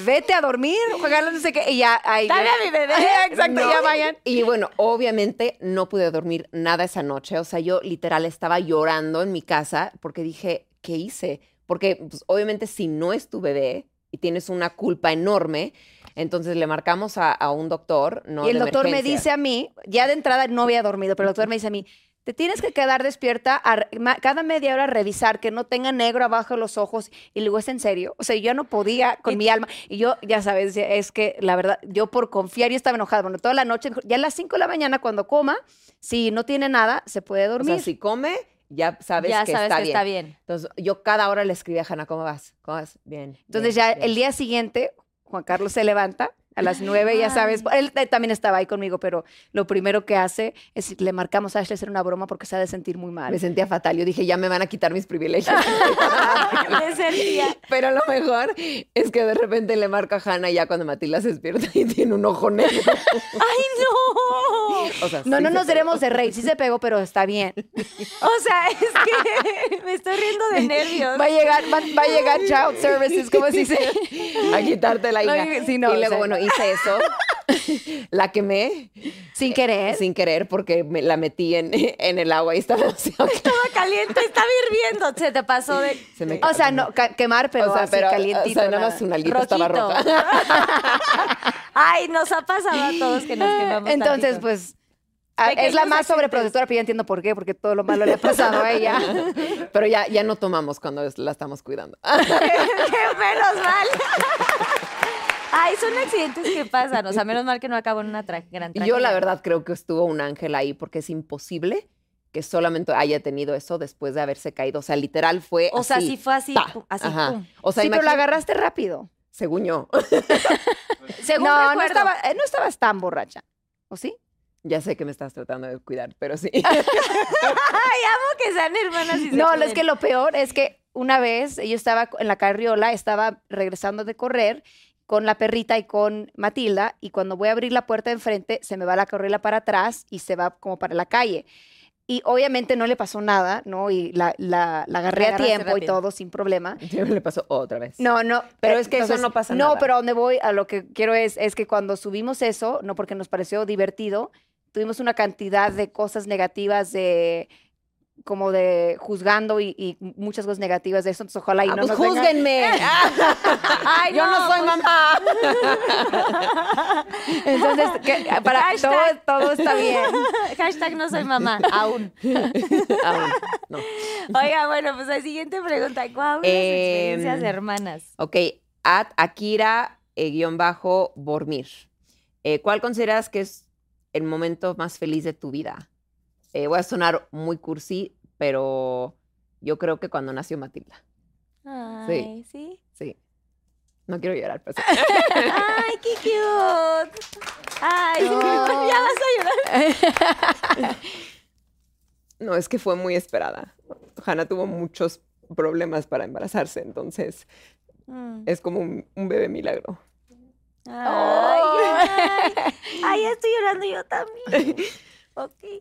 Speaker 9: Vete a dormir, jugar no sé qué, y ya ahí. Dame a mi bebé. <laughs> Exacto,
Speaker 5: No.
Speaker 9: ya vayan.
Speaker 5: Y bueno, obviamente no pude dormir nada esa noche. O sea, yo literal estaba llorando en mi casa porque dije, ¿qué hice? Porque pues, obviamente si no es tu bebé y tienes una culpa enorme, entonces le marcamos a, a un doctor, ¿no?
Speaker 9: y el
Speaker 5: de
Speaker 9: doctor me
Speaker 5: emergencias.
Speaker 9: dice a mí, ya de entrada no había dormido, pero el doctor me dice a mí, te tienes que quedar despierta a re- ma- cada media hora a revisar que no tenga negro abajo de los ojos. Y le digo, ¿es en serio? O sea, yo no podía con mi alma. Y yo, ya sabes, decía, es que la verdad, yo por confiar, yo estaba enojada. Bueno, toda la noche, dijo, ya a las 5 de la mañana cuando coma, si no tiene nada, se puede
Speaker 5: O
Speaker 9: dormir.
Speaker 5: sea, si come, ya sabes
Speaker 4: ya
Speaker 5: que,
Speaker 4: sabes
Speaker 5: está,
Speaker 4: que
Speaker 5: bien.
Speaker 4: está bien.
Speaker 5: Entonces yo cada hora le escribía a Hanna, ¿cómo vas? ¿Cómo vas? Bien.
Speaker 9: Entonces
Speaker 5: bien,
Speaker 9: ya
Speaker 5: bien".
Speaker 9: el día siguiente, Juan Carlos se levanta a las nueve,
Speaker 5: Ah.
Speaker 9: ya sabes, él eh, también estaba ahí conmigo, pero lo primero que hace es le marcamos a Ashley hacer una broma porque se ha de sentir muy mal.
Speaker 5: Me sentía fatal. Yo dije, ya me van a quitar mis privilegios.
Speaker 9: <laughs>
Speaker 5: <laughs>
Speaker 4: Me sentía.
Speaker 5: Pero lo mejor es que de repente le marca a Hannah ya cuando Matilda se despierta y tiene un ojo negro.
Speaker 4: ¡Ay,
Speaker 5: O sea,
Speaker 9: No,
Speaker 5: sí
Speaker 9: no
Speaker 5: se
Speaker 9: nos
Speaker 5: puede.
Speaker 9: daremos de rey, sí se pegó, pero está
Speaker 5: <laughs>
Speaker 9: bien.
Speaker 4: no! O sea, es que me estoy riendo
Speaker 5: <laughs>
Speaker 4: de nervios.
Speaker 9: <laughs> Va a llegar, va, va a llegar Child Services, ¿cómo
Speaker 5: <laughs>
Speaker 9: se dice?
Speaker 5: A quitarte la
Speaker 9: No,
Speaker 5: hija.
Speaker 9: y- sí, no,
Speaker 5: y
Speaker 9: o
Speaker 5: luego,
Speaker 9: sea-
Speaker 5: bueno, hice eso. La quemé
Speaker 9: Sin querer.
Speaker 5: sin querer porque me la metí en, en el agua y estaba demasiado caliente.
Speaker 4: Estaba caliente, estaba hirviendo. Se te pasó de.
Speaker 5: <laughs> Se me
Speaker 9: O sea, no, ca- quemar, pero,
Speaker 5: o sea,
Speaker 9: así
Speaker 5: pero,
Speaker 9: calientito.
Speaker 5: O sea, nada más
Speaker 9: nada.
Speaker 5: una alguita estaba
Speaker 4: Rojito.
Speaker 5: roja.
Speaker 4: <laughs> Ay, nos ha pasado a todos que nos quemamos.
Speaker 9: Eh, Entonces,
Speaker 4: tantito.
Speaker 9: pues, a- es la
Speaker 4: Pequeños
Speaker 9: más
Speaker 4: accidentes.
Speaker 9: sobreprotectora, pero yo entiendo por qué, porque todo lo malo le ha pasado
Speaker 5: <laughs>
Speaker 9: a ella.
Speaker 5: Pero ya, ya no tomamos cuando es- la estamos cuidando. Ah,
Speaker 4: ¡Qué menos mal! Ay, son accidentes que pasan. O sea, menos mal que no acabó en una tra- gran tragedia.
Speaker 5: Yo la verdad creo que estuvo un ángel ahí porque es imposible que solamente haya tenido eso después de haberse caído. O sea, literal fue
Speaker 4: O sea,
Speaker 5: así.
Speaker 4: sí fue así, pum, así,
Speaker 5: Ajá.
Speaker 4: pum.
Speaker 5: O sea,
Speaker 9: sí, pero la
Speaker 5: imagina-
Speaker 9: agarraste rápido.
Speaker 5: según yo,
Speaker 4: Según
Speaker 9: no,
Speaker 4: recuerdo.
Speaker 9: no, estaba, eh, no estabas tan borracha. ¿O sí?
Speaker 5: ya sé que me estás tratando de cuidar, pero sí.
Speaker 9: Ah.
Speaker 5: <laughs>
Speaker 4: Ay, amo que sean hermanas y se
Speaker 9: No,
Speaker 4: cuiden.
Speaker 9: es que lo peor es que una vez yo estaba en la carriola, estaba regresando de correr con la perrita y con Matilda, y cuando voy a abrir la puerta de enfrente, se me va la carriola para atrás y se va como para la calle. Y obviamente no le pasó nada, ¿no? Y la, la- la agarré
Speaker 4: La
Speaker 9: a
Speaker 4: agarraste
Speaker 9: tiempo y
Speaker 4: rápido.
Speaker 9: todo sin problema.
Speaker 5: Ya me le pasó otra vez.
Speaker 9: No, no.
Speaker 5: Pero
Speaker 9: eh,
Speaker 5: es que eso no pasa
Speaker 9: No,
Speaker 5: nada.
Speaker 9: pero a donde voy, a lo que quiero es, es que cuando subimos eso, no porque nos pareció divertido, tuvimos una cantidad de cosas negativas de como de juzgando y, y muchas cosas negativas de eso. Entonces, ojalá y
Speaker 5: Ah,
Speaker 9: no Ah,
Speaker 5: pues
Speaker 9: nos vengan. <laughs>
Speaker 5: júzguenme. <laughs>
Speaker 4: Ay,
Speaker 5: yo no, soy
Speaker 9: pues, ah.
Speaker 5: mamá. pues.
Speaker 9: Entonces, que-
Speaker 5: <laughs>
Speaker 9: para todo,
Speaker 4: Hashtag.
Speaker 9: todo está bien.
Speaker 4: <laughs> Hashtag no soy mamá, aún.
Speaker 5: Ah, bueno, no.
Speaker 4: Oiga, bueno, pues la siguiente pregunta. ¿Cuáles las
Speaker 5: Eh,
Speaker 4: experiencias de hermanas?
Speaker 5: Ok, at Akira eh, guión bajo Bormir. Eh, ¿Cuál consideras que es el momento más feliz de tu vida. Eh, voy a sonar muy cursi, pero yo creo que cuando nació Matilda.
Speaker 4: Ay, sí.
Speaker 5: Sí. No quiero llorar, pues. <laughs> pero sí.
Speaker 4: Ay, qué cute. Ay, <laughs> ya vas a llorar.
Speaker 5: No, es que fue muy esperada. Hannah tuvo muchos problemas para embarazarse, entonces
Speaker 4: Mm.
Speaker 5: es como un, un bebé milagro.
Speaker 4: Ay, ay, ay, estoy llorando yo también. Ok.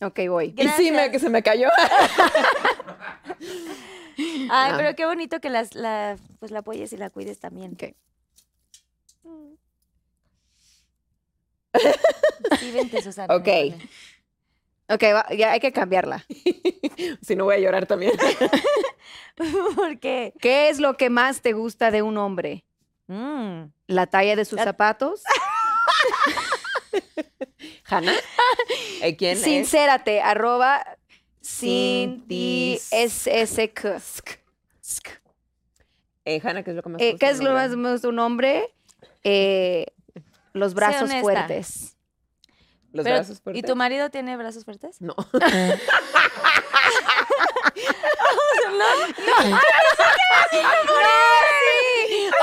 Speaker 9: Ok, voy.
Speaker 5: Y sí, me, que se me cayó. <laughs>
Speaker 4: Ay,
Speaker 5: Ah.
Speaker 4: pero qué bonito que las, la, pues la apoyes y la cuides también.
Speaker 9: Ok.
Speaker 4: Mm. Sí, vente, Susana.
Speaker 5: Ok.
Speaker 4: vente.
Speaker 9: Ok, va- ya hay que cambiarla.
Speaker 5: si no, voy a llorar también.
Speaker 4: <laughs> ¿Por qué?
Speaker 9: ¿Qué es lo que más te gusta de un hombre?
Speaker 4: Mm.
Speaker 9: ¿La talla de sus zapatos?
Speaker 5: <laughs> ¿Hannah? ¿Eh, ¿Quién es?
Speaker 9: Sincérate, arroba
Speaker 5: Sin ti-
Speaker 9: SSK.
Speaker 5: Eh, Hannah, ¿qué es lo que más te
Speaker 9: Eh,
Speaker 5: gusta
Speaker 9: ¿Qué
Speaker 5: de
Speaker 9: es
Speaker 5: un
Speaker 9: lo
Speaker 5: hombre?
Speaker 9: más me gusta de un hombre? Eh, los brazos
Speaker 4: honesta.
Speaker 9: fuertes.
Speaker 5: Los
Speaker 4: Pero,
Speaker 5: brazos fuertes.
Speaker 4: ¿Y tu marido tiene brazos fuertes? <laughs>
Speaker 5: No.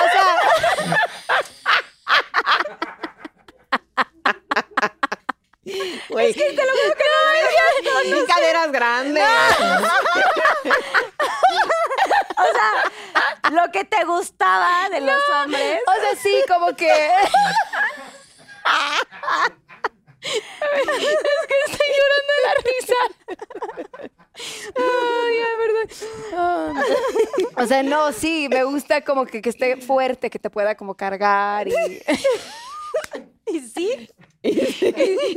Speaker 9: O sea,
Speaker 5: Güey. te lo juro que no <laughs> Mis caderas grandes.
Speaker 4: Lo que te gustaba de los hombres.
Speaker 9: o sea, sí, como que. O sea, no, sí, me gusta como que, que esté fuerte, que te pueda como cargar y.
Speaker 4: ¿Y sí?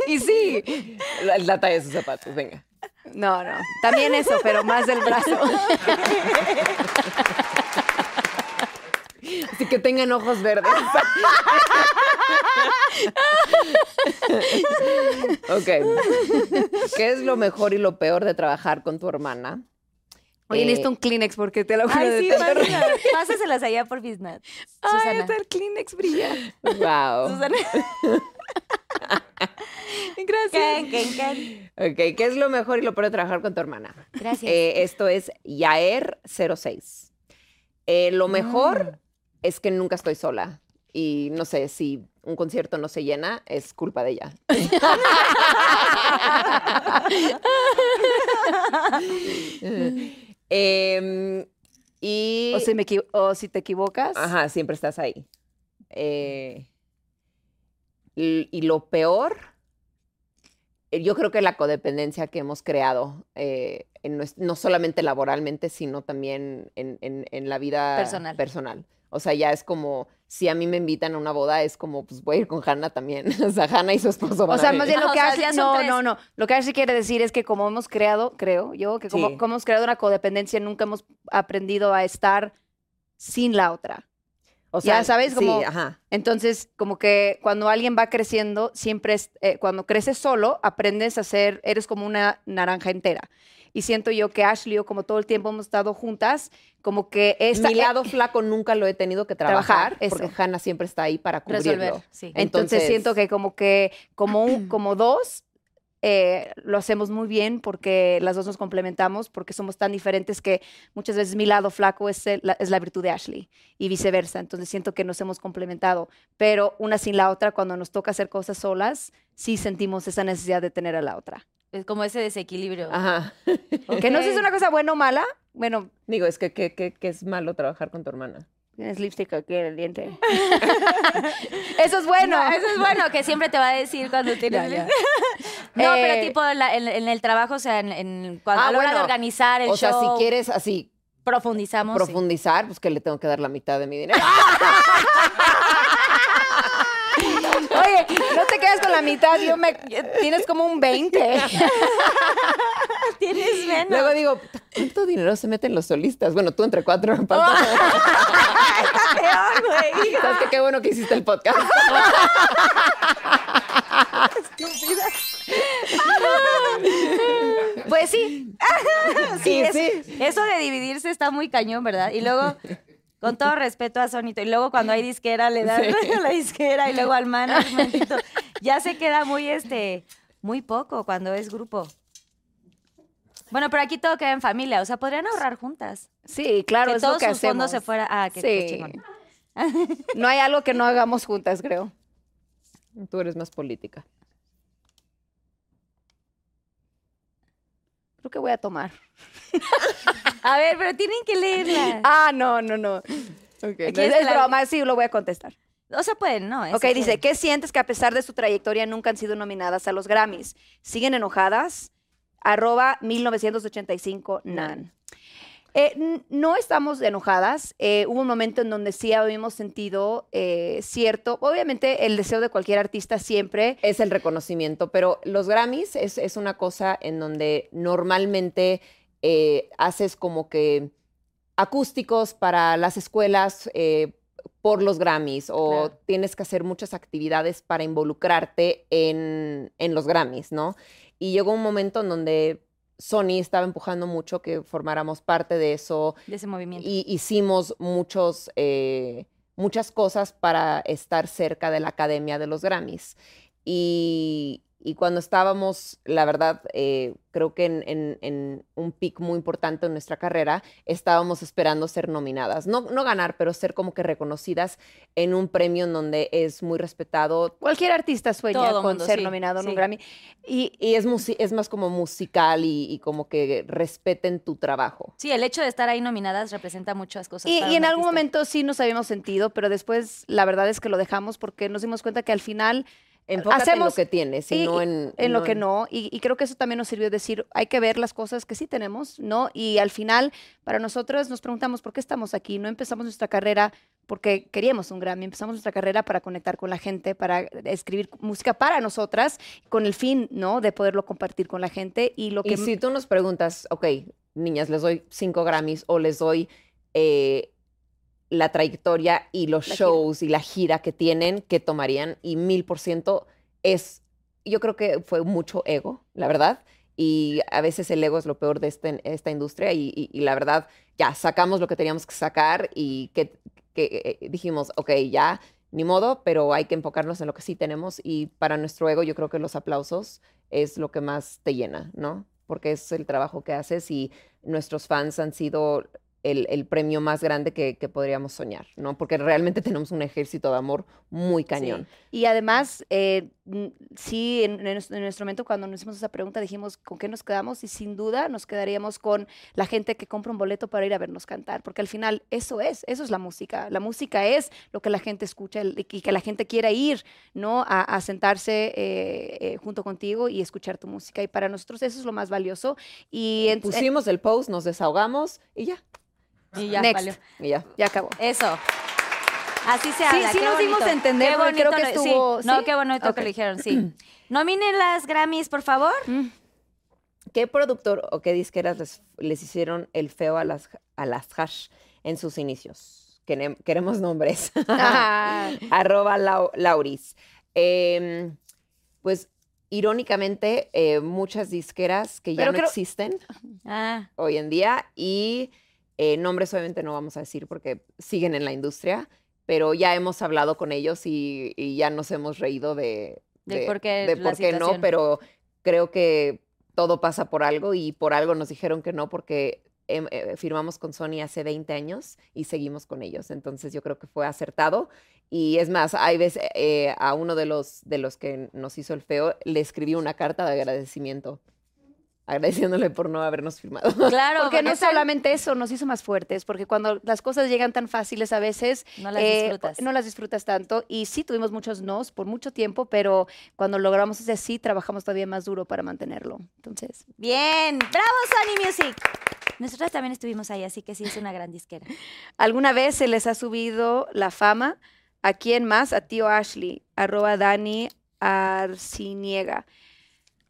Speaker 9: Y sí.
Speaker 5: <laughs> La, la talla de sus zapatos, venga.
Speaker 9: No, no. También eso, pero más del
Speaker 4: <laughs>
Speaker 9: brazo.
Speaker 4: Eh,
Speaker 5: Así que tengan ojos verdes. <laughs> ok. ¿Qué es lo mejor y lo peor de trabajar con tu hermana?
Speaker 9: Oye,
Speaker 5: Eh,
Speaker 9: listo un Kleenex porque te lo juro
Speaker 4: Ay,
Speaker 9: de
Speaker 4: sí,
Speaker 9: tanto <laughs> reír.
Speaker 4: pásenla- pásaselas allá por Biznat.
Speaker 9: Ay,
Speaker 4: Susana.
Speaker 9: hasta el Kleenex brilla.
Speaker 5: Wow.
Speaker 4: Susana. Gracias.
Speaker 5: Ok, ¿qué es lo mejor y lo peor de trabajar con tu hermana?
Speaker 4: Gracias.
Speaker 5: Eh, esto es Yaer06. Eh, lo mejor es que nunca estoy sola. Y no sé, si un concierto no se llena, es culpa de ella. <laughs> Em, y.
Speaker 9: O si, me equi- o si te equivocas.
Speaker 5: Ajá, siempre estás ahí. Eh, y, y lo peor, eh, yo creo que la codependencia que hemos creado, eh, en nues- no solamente laboralmente, sino también en, en- en la vida
Speaker 4: Personal.
Speaker 5: O sea, ya es como, si a mí me invitan a una boda, es como, pues voy a ir con Hanna también. <laughs> O sea, Hanna y su esposo van
Speaker 9: O
Speaker 5: a
Speaker 9: sea,
Speaker 5: venir.
Speaker 9: más bien
Speaker 4: Ajá,
Speaker 9: lo
Speaker 4: Ah, o
Speaker 9: que
Speaker 4: sea,
Speaker 9: Ashley-
Speaker 4: ya son
Speaker 9: No,
Speaker 4: tres.
Speaker 9: no, no. Lo que Ashley quiere decir es que como hemos creado, creo yo, que como,
Speaker 5: Sí.
Speaker 9: como hemos creado una codependencia, nunca hemos aprendido a estar sin la otra.
Speaker 5: O
Speaker 9: ya sabes,
Speaker 5: sí,
Speaker 9: como-
Speaker 5: ajá.
Speaker 9: Entonces, como que cuando alguien va creciendo, siempre es, eh, cuando creces solo, aprendes a ser, eres como una naranja entera. Y siento yo que Ashley o como todo el tiempo hemos estado juntas, como que esta, e
Speaker 5: Mi lado flaco nunca lo he tenido que trabajar,
Speaker 9: Trabajar,
Speaker 5: porque
Speaker 9: eso.
Speaker 5: Hanna siempre está ahí para cubrirlo.
Speaker 4: Resolver, sí.
Speaker 9: Entonces, siento que como que
Speaker 4: <clears throat>
Speaker 9: como un- como dos eh, lo hacemos muy bien porque las dos nos complementamos porque somos tan diferentes que muchas veces mi lado flaco es, el- la, es la virtud de Ashley y viceversa. Entonces siento que nos hemos complementado, pero una sin la otra cuando nos toca hacer cosas solas sí sentimos esa necesidad de tener a la otra.
Speaker 4: Es como ese desequilibrio.
Speaker 5: Ajá.
Speaker 9: Que no sé si es una cosa buena o mala. Bueno,
Speaker 5: Digo, es que, que, que- que es malo trabajar con tu hermana.
Speaker 9: tienes lipstick aquí en
Speaker 4: <laughs>
Speaker 9: el diente. eso es bueno.
Speaker 4: No, eso es bueno, que siempre te va a decir
Speaker 5: <laughs>
Speaker 4: cuando tienes...
Speaker 9: ya.
Speaker 4: <laughs> No, pero
Speaker 9: Eh,
Speaker 4: tipo la- en, en el trabajo, o sea, en, en- cuando,
Speaker 5: Ah,
Speaker 4: a la hora de
Speaker 5: bueno.
Speaker 4: organizar el
Speaker 5: o sea,
Speaker 4: show,
Speaker 5: si quieres así
Speaker 4: profundizamos. sí. Ah,
Speaker 5: profundizar, pues que le tengo que dar la mitad de mi dinero.
Speaker 9: Oye, no te quedas con la mitad, yo me tienes como un 20.
Speaker 5: <laughs>
Speaker 4: Tienes menos.
Speaker 5: Luego digo, ¿cuánto dinero se meten los solistas? Bueno, tú entre cuatro. <laughs> Pablo.
Speaker 4: peor,
Speaker 5: <laughs>
Speaker 4: güey.
Speaker 5: ¿Sabes qué? Qué bueno que hiciste el podcast.
Speaker 4: <laughs> Pues sí.
Speaker 5: Sí,
Speaker 4: es-
Speaker 5: sí.
Speaker 9: Pues
Speaker 4: Eso de dividirse está muy cañón, ¿verdad? Y luego Con todo respeto a Sonito. Y luego cuando hay disquera le dan a <laughs> la disquera y luego
Speaker 5: <laughs>
Speaker 4: al management. y todo. Ya se queda muy este, muy poco cuando es grupo. Bueno, pero aquí todo queda en familia. O sea, podrían ahorrar juntas.
Speaker 9: Sí, claro,
Speaker 4: que
Speaker 9: es lo
Speaker 4: todos
Speaker 9: que
Speaker 4: sus fondos
Speaker 9: hacemos.
Speaker 4: se fuera. Ah, qué, qué
Speaker 9: Sí.
Speaker 4: chingón.
Speaker 9: No hay algo que no hagamos juntas, creo.
Speaker 5: Tú eres más política.
Speaker 9: Creo que voy a tomar.
Speaker 4: A ver, pero tienen que leerla.
Speaker 9: <laughs> Ah, no, no, no.
Speaker 5: Okay.
Speaker 9: No, es,
Speaker 4: que la-
Speaker 9: broma, sí, lo voy a contestar.
Speaker 4: O sea, pueden, ¿no?
Speaker 9: Ok, dice, ¿qué sientes que a pesar de su trayectoria nunca han sido nominadas a los Grammys? ¿Siguen enojadas? Arroba 1985 Nan. Eh, n- no estamos enojadas. Eh, hubo un momento en donde sí habíamos sentido eh, cierto, obviamente el deseo de cualquier artista siempre.
Speaker 5: es el reconocimiento, pero los Grammys es, es una cosa en donde normalmente eh, haces como que acústicos para las escuelas eh, por los Grammys o
Speaker 9: Claro.
Speaker 5: tienes que hacer muchas actividades para involucrarte en, en los Grammys, ¿no? Y llegó un momento en donde Sony estaba empujando mucho que formáramos parte de eso,
Speaker 4: De ese movimiento.
Speaker 5: y hicimos muchos, eh, muchas cosas para estar cerca de la Academia de los Grammys. Y, y cuando estábamos, la verdad, eh, creo que en, en- en un pic muy importante en nuestra carrera, estábamos esperando ser nominadas. No, no ganar, pero ser como que reconocidas en un premio en donde es muy respetado.
Speaker 9: Cualquier artista sueña
Speaker 4: Todo
Speaker 9: con
Speaker 4: mundo,
Speaker 9: ser
Speaker 4: sí,
Speaker 9: nominado en
Speaker 4: sí.
Speaker 9: un Grammy.
Speaker 5: Y, y es, musi- es más como musical y, y como que respeten tu trabajo.
Speaker 4: Sí, el hecho de estar ahí nominadas representa muchas cosas.
Speaker 9: Y,
Speaker 4: para
Speaker 9: y en
Speaker 4: un
Speaker 9: algún
Speaker 4: artista.
Speaker 9: momento sí nos habíamos sentido, pero después la verdad es que lo dejamos porque nos dimos cuenta que al final
Speaker 5: Enfócate en lo
Speaker 9: Hacemos-
Speaker 5: que tienes y,
Speaker 9: y-
Speaker 5: no
Speaker 9: y-
Speaker 5: en...
Speaker 9: en lo que
Speaker 5: en-
Speaker 9: no. Y, y creo que eso también nos sirvió decir, hay que ver las cosas que sí tenemos, ¿no? Y al final, para nosotros nos preguntamos, ¿por qué estamos aquí? No empezamos nuestra carrera porque queríamos un Grammy, empezamos nuestra carrera para conectar con la gente, para escribir música para nosotras, con el fin, ¿no? De poderlo compartir con la gente. Y lo que...
Speaker 5: Y si tú nos preguntas, ok, niñas, les doy cinco Grammys o les doy eh, la trayectoria y los
Speaker 9: La gira.
Speaker 5: shows y la gira que tienen, que tomarían? Y mil por ciento es, yo creo que fue mucho ego, la verdad. Y a veces el ego es lo peor de este- esta industria y, y- y la verdad, ya sacamos lo que teníamos que sacar y que, que, eh, dijimos, ok, ya, ni modo, pero hay que enfocarnos en lo que sí tenemos y para nuestro ego yo creo que los aplausos es lo que más te llena, ¿no? Porque es el trabajo que haces y nuestros fans han sido el, el premio más grande que, que podríamos soñar, ¿no? Porque realmente <laughs> tenemos un ejército de amor muy cañón.
Speaker 9: Y además, eh, n- sí, en, en nuestro- en nuestro momento cuando nos hicimos esa pregunta dijimos con qué nos quedamos y sin duda nos quedaríamos con la gente que compra un boleto para ir a vernos cantar, porque al final eso es, eso es la música. La música es lo que la gente escucha el- y que la gente quiera ir, ¿no? A, a sentarse eh, eh, junto contigo y escuchar tu música. Y para nosotros eso es lo más valioso. Y en- eh,
Speaker 5: Pusimos el post, nos desahogamos y ya,
Speaker 4: Y ya,
Speaker 9: Next.
Speaker 4: valió.
Speaker 5: y ya.
Speaker 9: eh, ya acabó.
Speaker 4: Eso. Así se
Speaker 9: Sí,
Speaker 4: habla.
Speaker 9: sí
Speaker 4: qué
Speaker 9: nos dimos
Speaker 4: bonito.
Speaker 9: a entender,
Speaker 4: Qué
Speaker 9: porque creo
Speaker 4: bonito
Speaker 9: que
Speaker 4: lo- sí,
Speaker 9: estuvo-
Speaker 4: No,
Speaker 9: ¿sí?
Speaker 4: qué bonito que
Speaker 9: Ok.
Speaker 4: lo dijeron,
Speaker 9: <clears throat>
Speaker 4: sí. Nominen las Grammys, por favor.
Speaker 5: ¿Qué productor o qué disqueras les, les hicieron el feo a las, a las hash en sus inicios? Quere- Queremos <laughs> nombres.
Speaker 9: Ah,
Speaker 5: <laughs> arroba Lau- Lauris. Em, pues irónicamente, eh, muchas disqueras que ya
Speaker 9: Pero
Speaker 5: no
Speaker 9: creo-
Speaker 5: existen
Speaker 4: Ah,
Speaker 5: hoy en día y eh, nombres obviamente no vamos a decir porque siguen en la industria, pero ya hemos hablado con ellos y, y ya nos hemos reído de,
Speaker 4: De por qué
Speaker 5: de
Speaker 4: la
Speaker 5: por qué no,
Speaker 4: situación.
Speaker 5: pero creo que todo pasa por algo y por algo nos dijeron que no porque em, eh, firmamos con Sony hace 20 años y seguimos con ellos. Entonces yo creo que fue acertado. Y es más, hay veces eh, a uno de los, de los que nos hizo el feo le escribí una carta de agradecimiento agradeciéndole por no habernos firmado.
Speaker 4: claro.
Speaker 9: <laughs> porque no
Speaker 4: porque tal-
Speaker 9: solamente eso nos hizo más fuertes, porque cuando las cosas llegan tan fáciles a veces
Speaker 4: No las
Speaker 9: eh,
Speaker 4: disfrutas.
Speaker 9: No las disfrutas tanto. Y sí tuvimos muchos nos por mucho tiempo, pero cuando logramos ese sí, trabajamos todavía más duro para mantenerlo. Entonces,
Speaker 4: Bien. Bravo, Sony Music. Nosotras también estuvimos ahí, así que sí, es una gran disquera.
Speaker 9: ¿alguna vez se les ha subido la fama? ¿A quién más? A tío Ashley, arroba Dani Arciniega.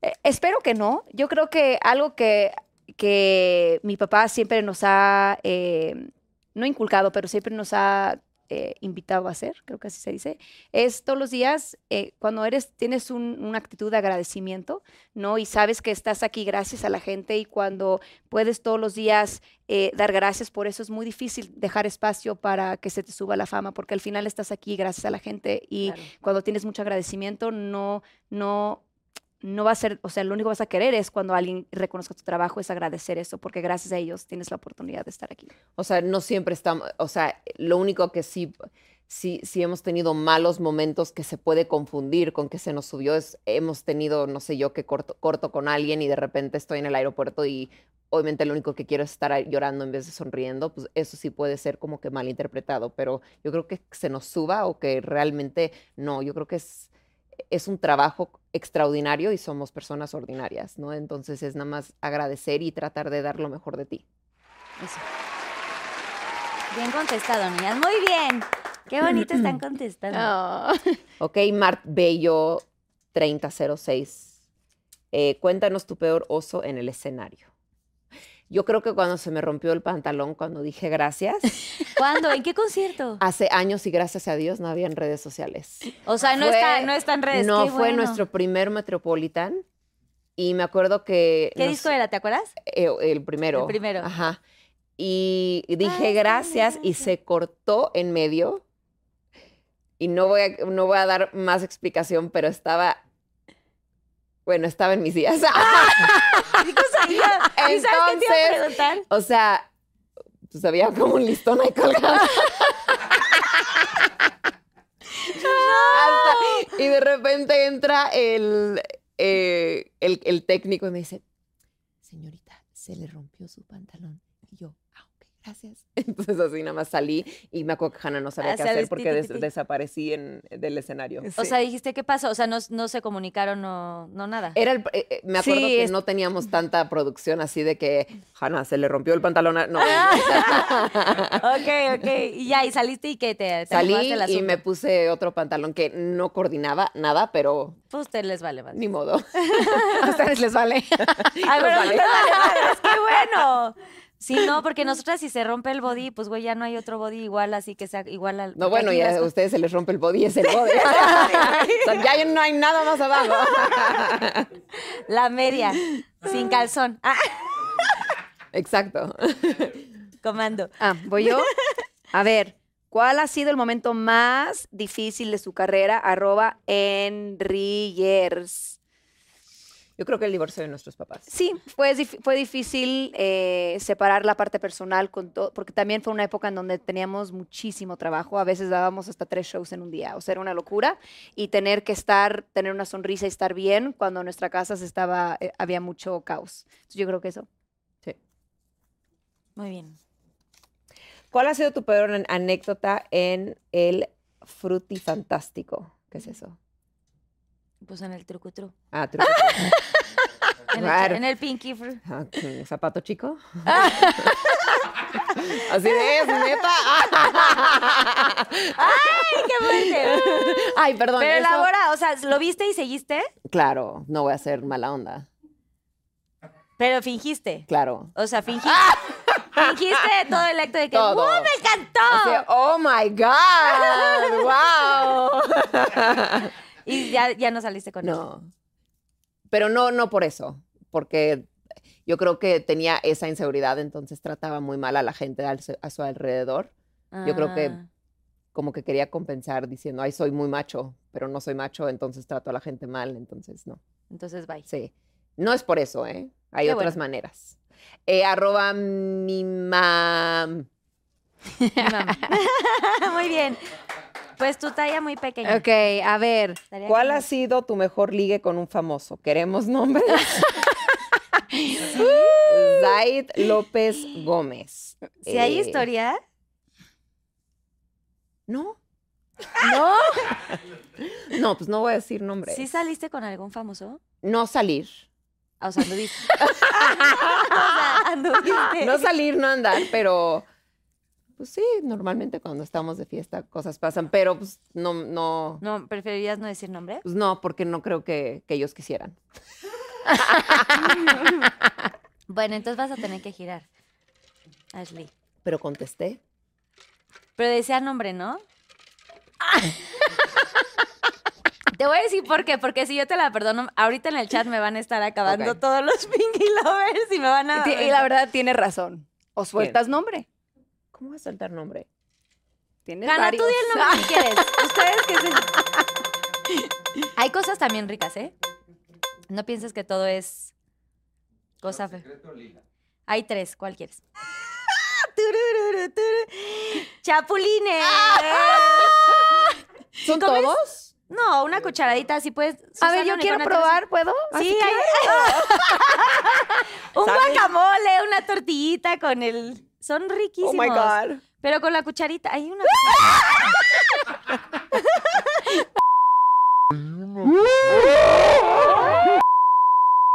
Speaker 9: Eh, espero que no. Yo creo que algo que, que mi papá siempre nos ha, eh, no inculcado, pero siempre nos ha eh, invitado a hacer, creo que así se dice, es todos los días, eh, cuando eres, tienes un- una actitud de agradecimiento, ¿no? Y sabes que estás aquí gracias a la gente y cuando puedes todos los días eh, dar gracias por eso, es muy difícil dejar espacio para que se te suba la fama, porque al final estás aquí gracias a la gente y
Speaker 4: Claro.
Speaker 9: cuando tienes mucho agradecimiento, no, no, no va a ser, o sea, lo único que vas a querer es cuando alguien reconozca tu trabajo, es agradecer eso, porque gracias a ellos tienes la oportunidad de estar aquí.
Speaker 5: O sea, no siempre estamos, o sea, lo único que sí, sí, sí hemos tenido malos momentos que se puede confundir con que se nos subió es, hemos tenido, no sé yo, que corto, corto con alguien y de repente estoy en el aeropuerto y obviamente lo único que quiero es estar ahí llorando en vez de sonriendo, pues eso sí puede ser como que malinterpretado, pero yo creo que se nos suba o que realmente no, yo creo que es, es un trabajo extraordinario y somos personas ordinarias, ¿no? Entonces es nada más agradecer y tratar de dar lo mejor de ti.
Speaker 4: Bien contestado, niñas. Muy bien. Qué bonito
Speaker 5: <clears throat>
Speaker 4: están contestando.
Speaker 5: Ok, Mart Bello 3006. Eh, cuéntanos tu peor oso en el escenario. Yo creo que cuando se me rompió el pantalón, cuando dije gracias,
Speaker 4: <laughs> ¿Cuándo? ¿En qué concierto?
Speaker 5: hace años y gracias a Dios no habían redes sociales.
Speaker 4: O sea, no,
Speaker 5: Fue-
Speaker 4: está, no está en redes.
Speaker 5: No
Speaker 4: Pues Qué
Speaker 5: fue
Speaker 4: bueno.
Speaker 5: nuestro primer Metropolitan y me acuerdo que...
Speaker 4: ¿Qué
Speaker 5: nos-
Speaker 4: disco era? ¿Te
Speaker 5: <laughs>
Speaker 4: acuerdas?
Speaker 5: eh, el primero.
Speaker 4: El primero.
Speaker 5: Ajá. Y dije gracias y se cortó en medio. Y no voy a, no voy a dar más explicación, pero estaba. Bueno, estaba en mis días. <laughs>
Speaker 4: <laughs> ¿Y sabes qué te iba a
Speaker 5: Entonces,
Speaker 4: preguntar?
Speaker 5: o sea, pues había como un listón ahí colgado.
Speaker 4: <laughs>
Speaker 5: Hasta- y de repente entra el, eh, el, el técnico y me dice, señorita, se le rompió su pantalón. Y yo, ah, ok, gracias. <laughs> Entonces así nada más salí y me acuerdo que Hannah no sabía
Speaker 4: Ah,
Speaker 5: qué
Speaker 4: sabes,
Speaker 5: hacer
Speaker 4: ti,
Speaker 5: porque
Speaker 4: ti,
Speaker 5: des-
Speaker 4: ti, ti.
Speaker 5: desaparecí en, del escenario.
Speaker 4: O sea, dijiste, ¿qué pasó? O sea, no, no se comunicaron, no, no nada.
Speaker 5: Era el- eh, eh, me acuerdo
Speaker 9: Sí,
Speaker 5: que
Speaker 9: es-
Speaker 5: no teníamos tanta producción así de que Hannah se le rompió el pantalón. a-".
Speaker 9: <laughs>
Speaker 5: No,
Speaker 4: ok, ok. Y ya, y saliste y que te, te
Speaker 5: salí
Speaker 4: acomodaste el
Speaker 5: y me
Speaker 4: asunto.
Speaker 5: puse otro pantalón que no coordinaba nada, pero
Speaker 4: Pues te les vale más.
Speaker 5: ni
Speaker 9: <laughs>
Speaker 5: modo. <laughs>
Speaker 9: A ustedes Pues les vale.
Speaker 4: Ay, pero
Speaker 5: vale.
Speaker 4: les vale madres,
Speaker 5: <laughs>
Speaker 4: qué bueno. Sí, no, porque nosotras si se rompe el body, pues güey, ya no hay otro body igual, así que sea igual al.
Speaker 5: No,
Speaker 4: porque
Speaker 5: bueno,
Speaker 4: aquí
Speaker 5: y
Speaker 4: las
Speaker 5: a
Speaker 4: cosas-
Speaker 5: ustedes se les rompe el body, es el body. <laughs> O sea, ya no hay nada más abajo.
Speaker 4: La media, sin calzón. Ah,
Speaker 5: <laughs> Exacto.
Speaker 4: comando.
Speaker 9: Ah, voy yo. A ver, ¿cuál ha sido el momento más difícil de su carrera? Arroba Enriers.
Speaker 5: Yo creo que el divorcio de nuestros papás.
Speaker 9: Sí, fue, dif- fue difícil eh, separar la parte personal, con todo, porque también fue una época en donde teníamos muchísimo trabajo. A veces dábamos hasta tres shows en un día, o sea, era una locura. Y tener que estar, tener una sonrisa y estar bien cuando en nuestra casa se estaba, eh, había mucho caos. Entonces, yo creo que eso.
Speaker 4: Muy bien.
Speaker 5: ¿Cuál ha sido tu peor an- anécdota en el frutifantástico? ¿Qué es eso?
Speaker 4: Pues en el trucutru.
Speaker 5: Ah, truco.
Speaker 4: En el,
Speaker 5: Claro.
Speaker 4: en el pinky fru.
Speaker 5: Ah, ¿un ¿Zapato <laughs> chico? Así de es, neta.
Speaker 4: ¡Ay, qué fuerte!
Speaker 5: <laughs> Ay, perdón.
Speaker 4: Pero
Speaker 5: eso-
Speaker 4: elabora, o sea, lo viste y seguiste,
Speaker 5: Claro, no voy a ser mala onda.
Speaker 4: pero fingiste.
Speaker 5: Claro.
Speaker 4: O sea, fingiste. Fingiste todo el acto de que
Speaker 5: Ah. Todo.
Speaker 4: ¡Wow, me encantó!
Speaker 5: Así, oh my <laughs> God, wow.
Speaker 4: y ya, ya no saliste con él.
Speaker 5: No. Pero no, no por eso, porque yo creo que tenía esa inseguridad, entonces trataba muy mal a la gente al su- a su alrededor. yo creo que-
Speaker 4: Ah.
Speaker 5: Como que quería compensar diciendo, ay, soy muy macho, pero no soy macho, entonces trato a la gente mal, entonces no.
Speaker 4: Entonces, bye. <laughs>
Speaker 5: Sí. No es por eso, ¿eh? Hay
Speaker 4: Qué
Speaker 5: otras maneras. Eh, arroba mi mam.
Speaker 4: Muy bien. Pues tu talla muy pequeña.
Speaker 9: Ok, a ver.
Speaker 4: Estaría
Speaker 5: ¿Cuál
Speaker 4: genial.
Speaker 5: ha sido tu mejor ligue con un famoso?
Speaker 4: <laughs>
Speaker 5: Queremos nombres. Zaid López Gómez.
Speaker 4: Si hay
Speaker 5: Eh,
Speaker 4: historia,
Speaker 5: No. <laughs> No. No, pues no voy a decir nombres.
Speaker 4: ¿sí saliste con algún famoso?
Speaker 5: No salir.
Speaker 4: Ah, O sea, anduviste. <laughs> o sea, anduviste.
Speaker 5: No salir, no andar, pero pues sí, normalmente cuando estamos de fiesta cosas pasan, pero pues no, no,
Speaker 4: No, ¿preferirías no decir nombre?
Speaker 5: pues no, porque no creo que, que ellos quisieran.
Speaker 4: Bueno, entonces vas a tener que girar. Ashley.
Speaker 5: Pero contesté.
Speaker 4: Pero decía nombre, ¿no? <laughs> Te voy a decir por qué, porque si yo te la perdono, ahorita en el chat me van a estar acabando
Speaker 5: Ok.
Speaker 4: todos los <laughs> Pinky Lovers y me van a...
Speaker 9: Ti- Y la verdad, tiene razón. O sueltas nombre.
Speaker 5: ¿Cómo vas a soltar nombre?
Speaker 9: Tienes
Speaker 4: Gana, tú
Speaker 9: varios.
Speaker 4: di el nombre que
Speaker 9: <laughs>
Speaker 4: quieres. Ustedes que se... Hay cosas también ricas, ¿eh? No pienses que todo es cosa fea. Hay tres, ¿cuál quieres? <laughs> Turururu, turu. ¡Chapulines!
Speaker 5: ¿Son todos?
Speaker 4: ah. No, una cucharadita, así puedes...
Speaker 9: A
Speaker 4: Susana,
Speaker 9: ver, yo
Speaker 4: ni
Speaker 9: quiero
Speaker 4: con otra vez.
Speaker 9: probar, ¿puedo? Ah,
Speaker 4: Sí,
Speaker 9: Así que-
Speaker 4: hay- <laughs> un
Speaker 5: Ah, ¿Sabes?
Speaker 4: guacamole, una tortillita con el... Son riquísimos.
Speaker 5: Oh my God.
Speaker 4: Pero con la cucharita, hay
Speaker 5: <laughs>
Speaker 4: una...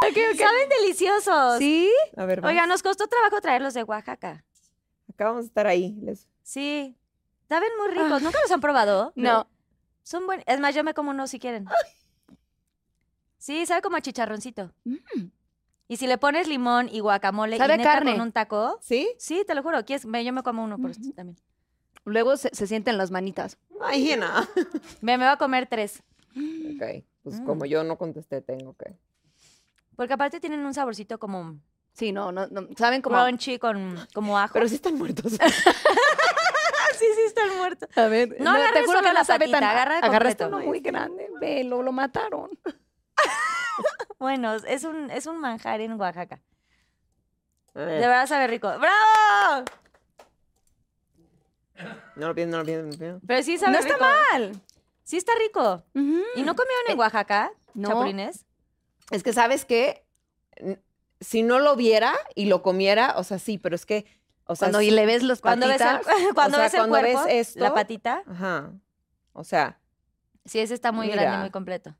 Speaker 4: Saben deliciosos.
Speaker 9: ¿Sí?
Speaker 5: A ver,
Speaker 4: Oiga, nos costó trabajo traerlos de Oaxaca.
Speaker 5: acabamos de estar ahí. Les...
Speaker 4: Sí. Saben muy ricos. ¿Nunca los han probado?
Speaker 9: Ah. No.
Speaker 4: Son buenos. Es más, yo me como uno si quieren. Sí, sabe como a chicharroncito. Y si le pones limón y guacamole
Speaker 9: Mm. Sabe
Speaker 4: y
Speaker 9: a
Speaker 4: neta
Speaker 9: carne.
Speaker 4: con un taco,
Speaker 5: ¿Sí?
Speaker 4: sí, te lo juro. ¿quieres? Ve, Yo me como uno por esto también.
Speaker 9: Luego se, se sienten las manitas.
Speaker 5: Ay, Jena.
Speaker 4: Me, me voy a comer tres.
Speaker 5: Ok, pues
Speaker 4: Mm.
Speaker 5: como yo no contesté, tengo que.
Speaker 4: Porque aparte tienen un saborcito como
Speaker 9: Sí, no, no, no. ¿Saben cómo?
Speaker 4: crunchy con como ajo.
Speaker 5: Pero sí están <laughs> muertos.
Speaker 9: Ah,
Speaker 4: sí, sí están muertos.
Speaker 9: A ver,
Speaker 4: No agarres solo la patita, agarra de
Speaker 9: Agarraste
Speaker 4: completo.
Speaker 9: uno muy grande, ve, lo, lo mataron.
Speaker 4: Bueno, es un, es un manjar en Oaxaca. De
Speaker 5: Eh,
Speaker 4: verdad sabe rico. ¡Bravo!
Speaker 5: no lo pienso, no lo pienso, no lo pienso.
Speaker 4: Pero sí sabe
Speaker 9: No
Speaker 4: rico.
Speaker 9: está
Speaker 4: mal. Sí está rico. ¿Y no comieron en Oaxaca
Speaker 9: no.
Speaker 4: chapulines?
Speaker 5: Es que, ¿sabes qué? N- Si no lo viera y lo comiera, o sea, sí, pero es que, o sea,
Speaker 9: Cuando
Speaker 5: sí-
Speaker 9: le ves los
Speaker 4: Cuando ves el,
Speaker 9: patitas.
Speaker 4: cuando
Speaker 5: o sea,
Speaker 4: ves el
Speaker 5: cuando ves
Speaker 4: cuerpo,
Speaker 5: esto-
Speaker 4: la patita.
Speaker 5: Ajá. O sea,
Speaker 4: Sí, ese está muy grande,
Speaker 5: Mira.
Speaker 4: muy completo.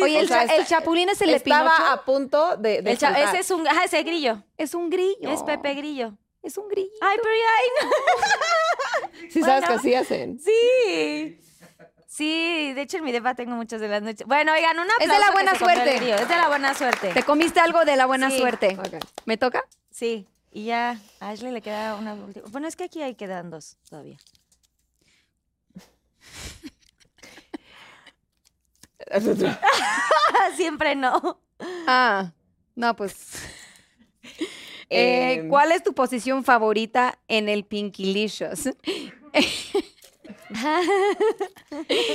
Speaker 9: Oye,
Speaker 5: o
Speaker 9: el,
Speaker 5: sea,
Speaker 9: cha-
Speaker 5: está-
Speaker 9: el chapulín es el de
Speaker 5: estaba
Speaker 9: Pinocho.
Speaker 5: a punto de, de
Speaker 4: El cha-
Speaker 5: saltar.
Speaker 4: ese es un, ajá, ese grillo.
Speaker 9: Es un grillo.
Speaker 4: Es Pepe Grillo.
Speaker 9: Es un grillo.
Speaker 4: Ay, pero ya, ay, no.
Speaker 5: Sí, sabes
Speaker 4: bueno.
Speaker 5: que así hacen.
Speaker 4: Sí. Sí, de hecho en mi depa tengo muchos de las noches. Bueno, oigan, una
Speaker 9: Es de la buena suerte.
Speaker 4: Es de la buena suerte.
Speaker 9: Te comiste algo de la buena
Speaker 4: Sí.
Speaker 9: suerte.
Speaker 5: Ok.
Speaker 9: ¿Me toca?
Speaker 4: Sí, y ya a Ashley le queda una última. Bueno, es que aquí ahí quedan dos todavía. <laughs> Siempre no.
Speaker 9: Ah, no, pues. <laughs> Eh, ¿Cuál es tu posición favorita en el Pinkylicious?
Speaker 5: <laughs>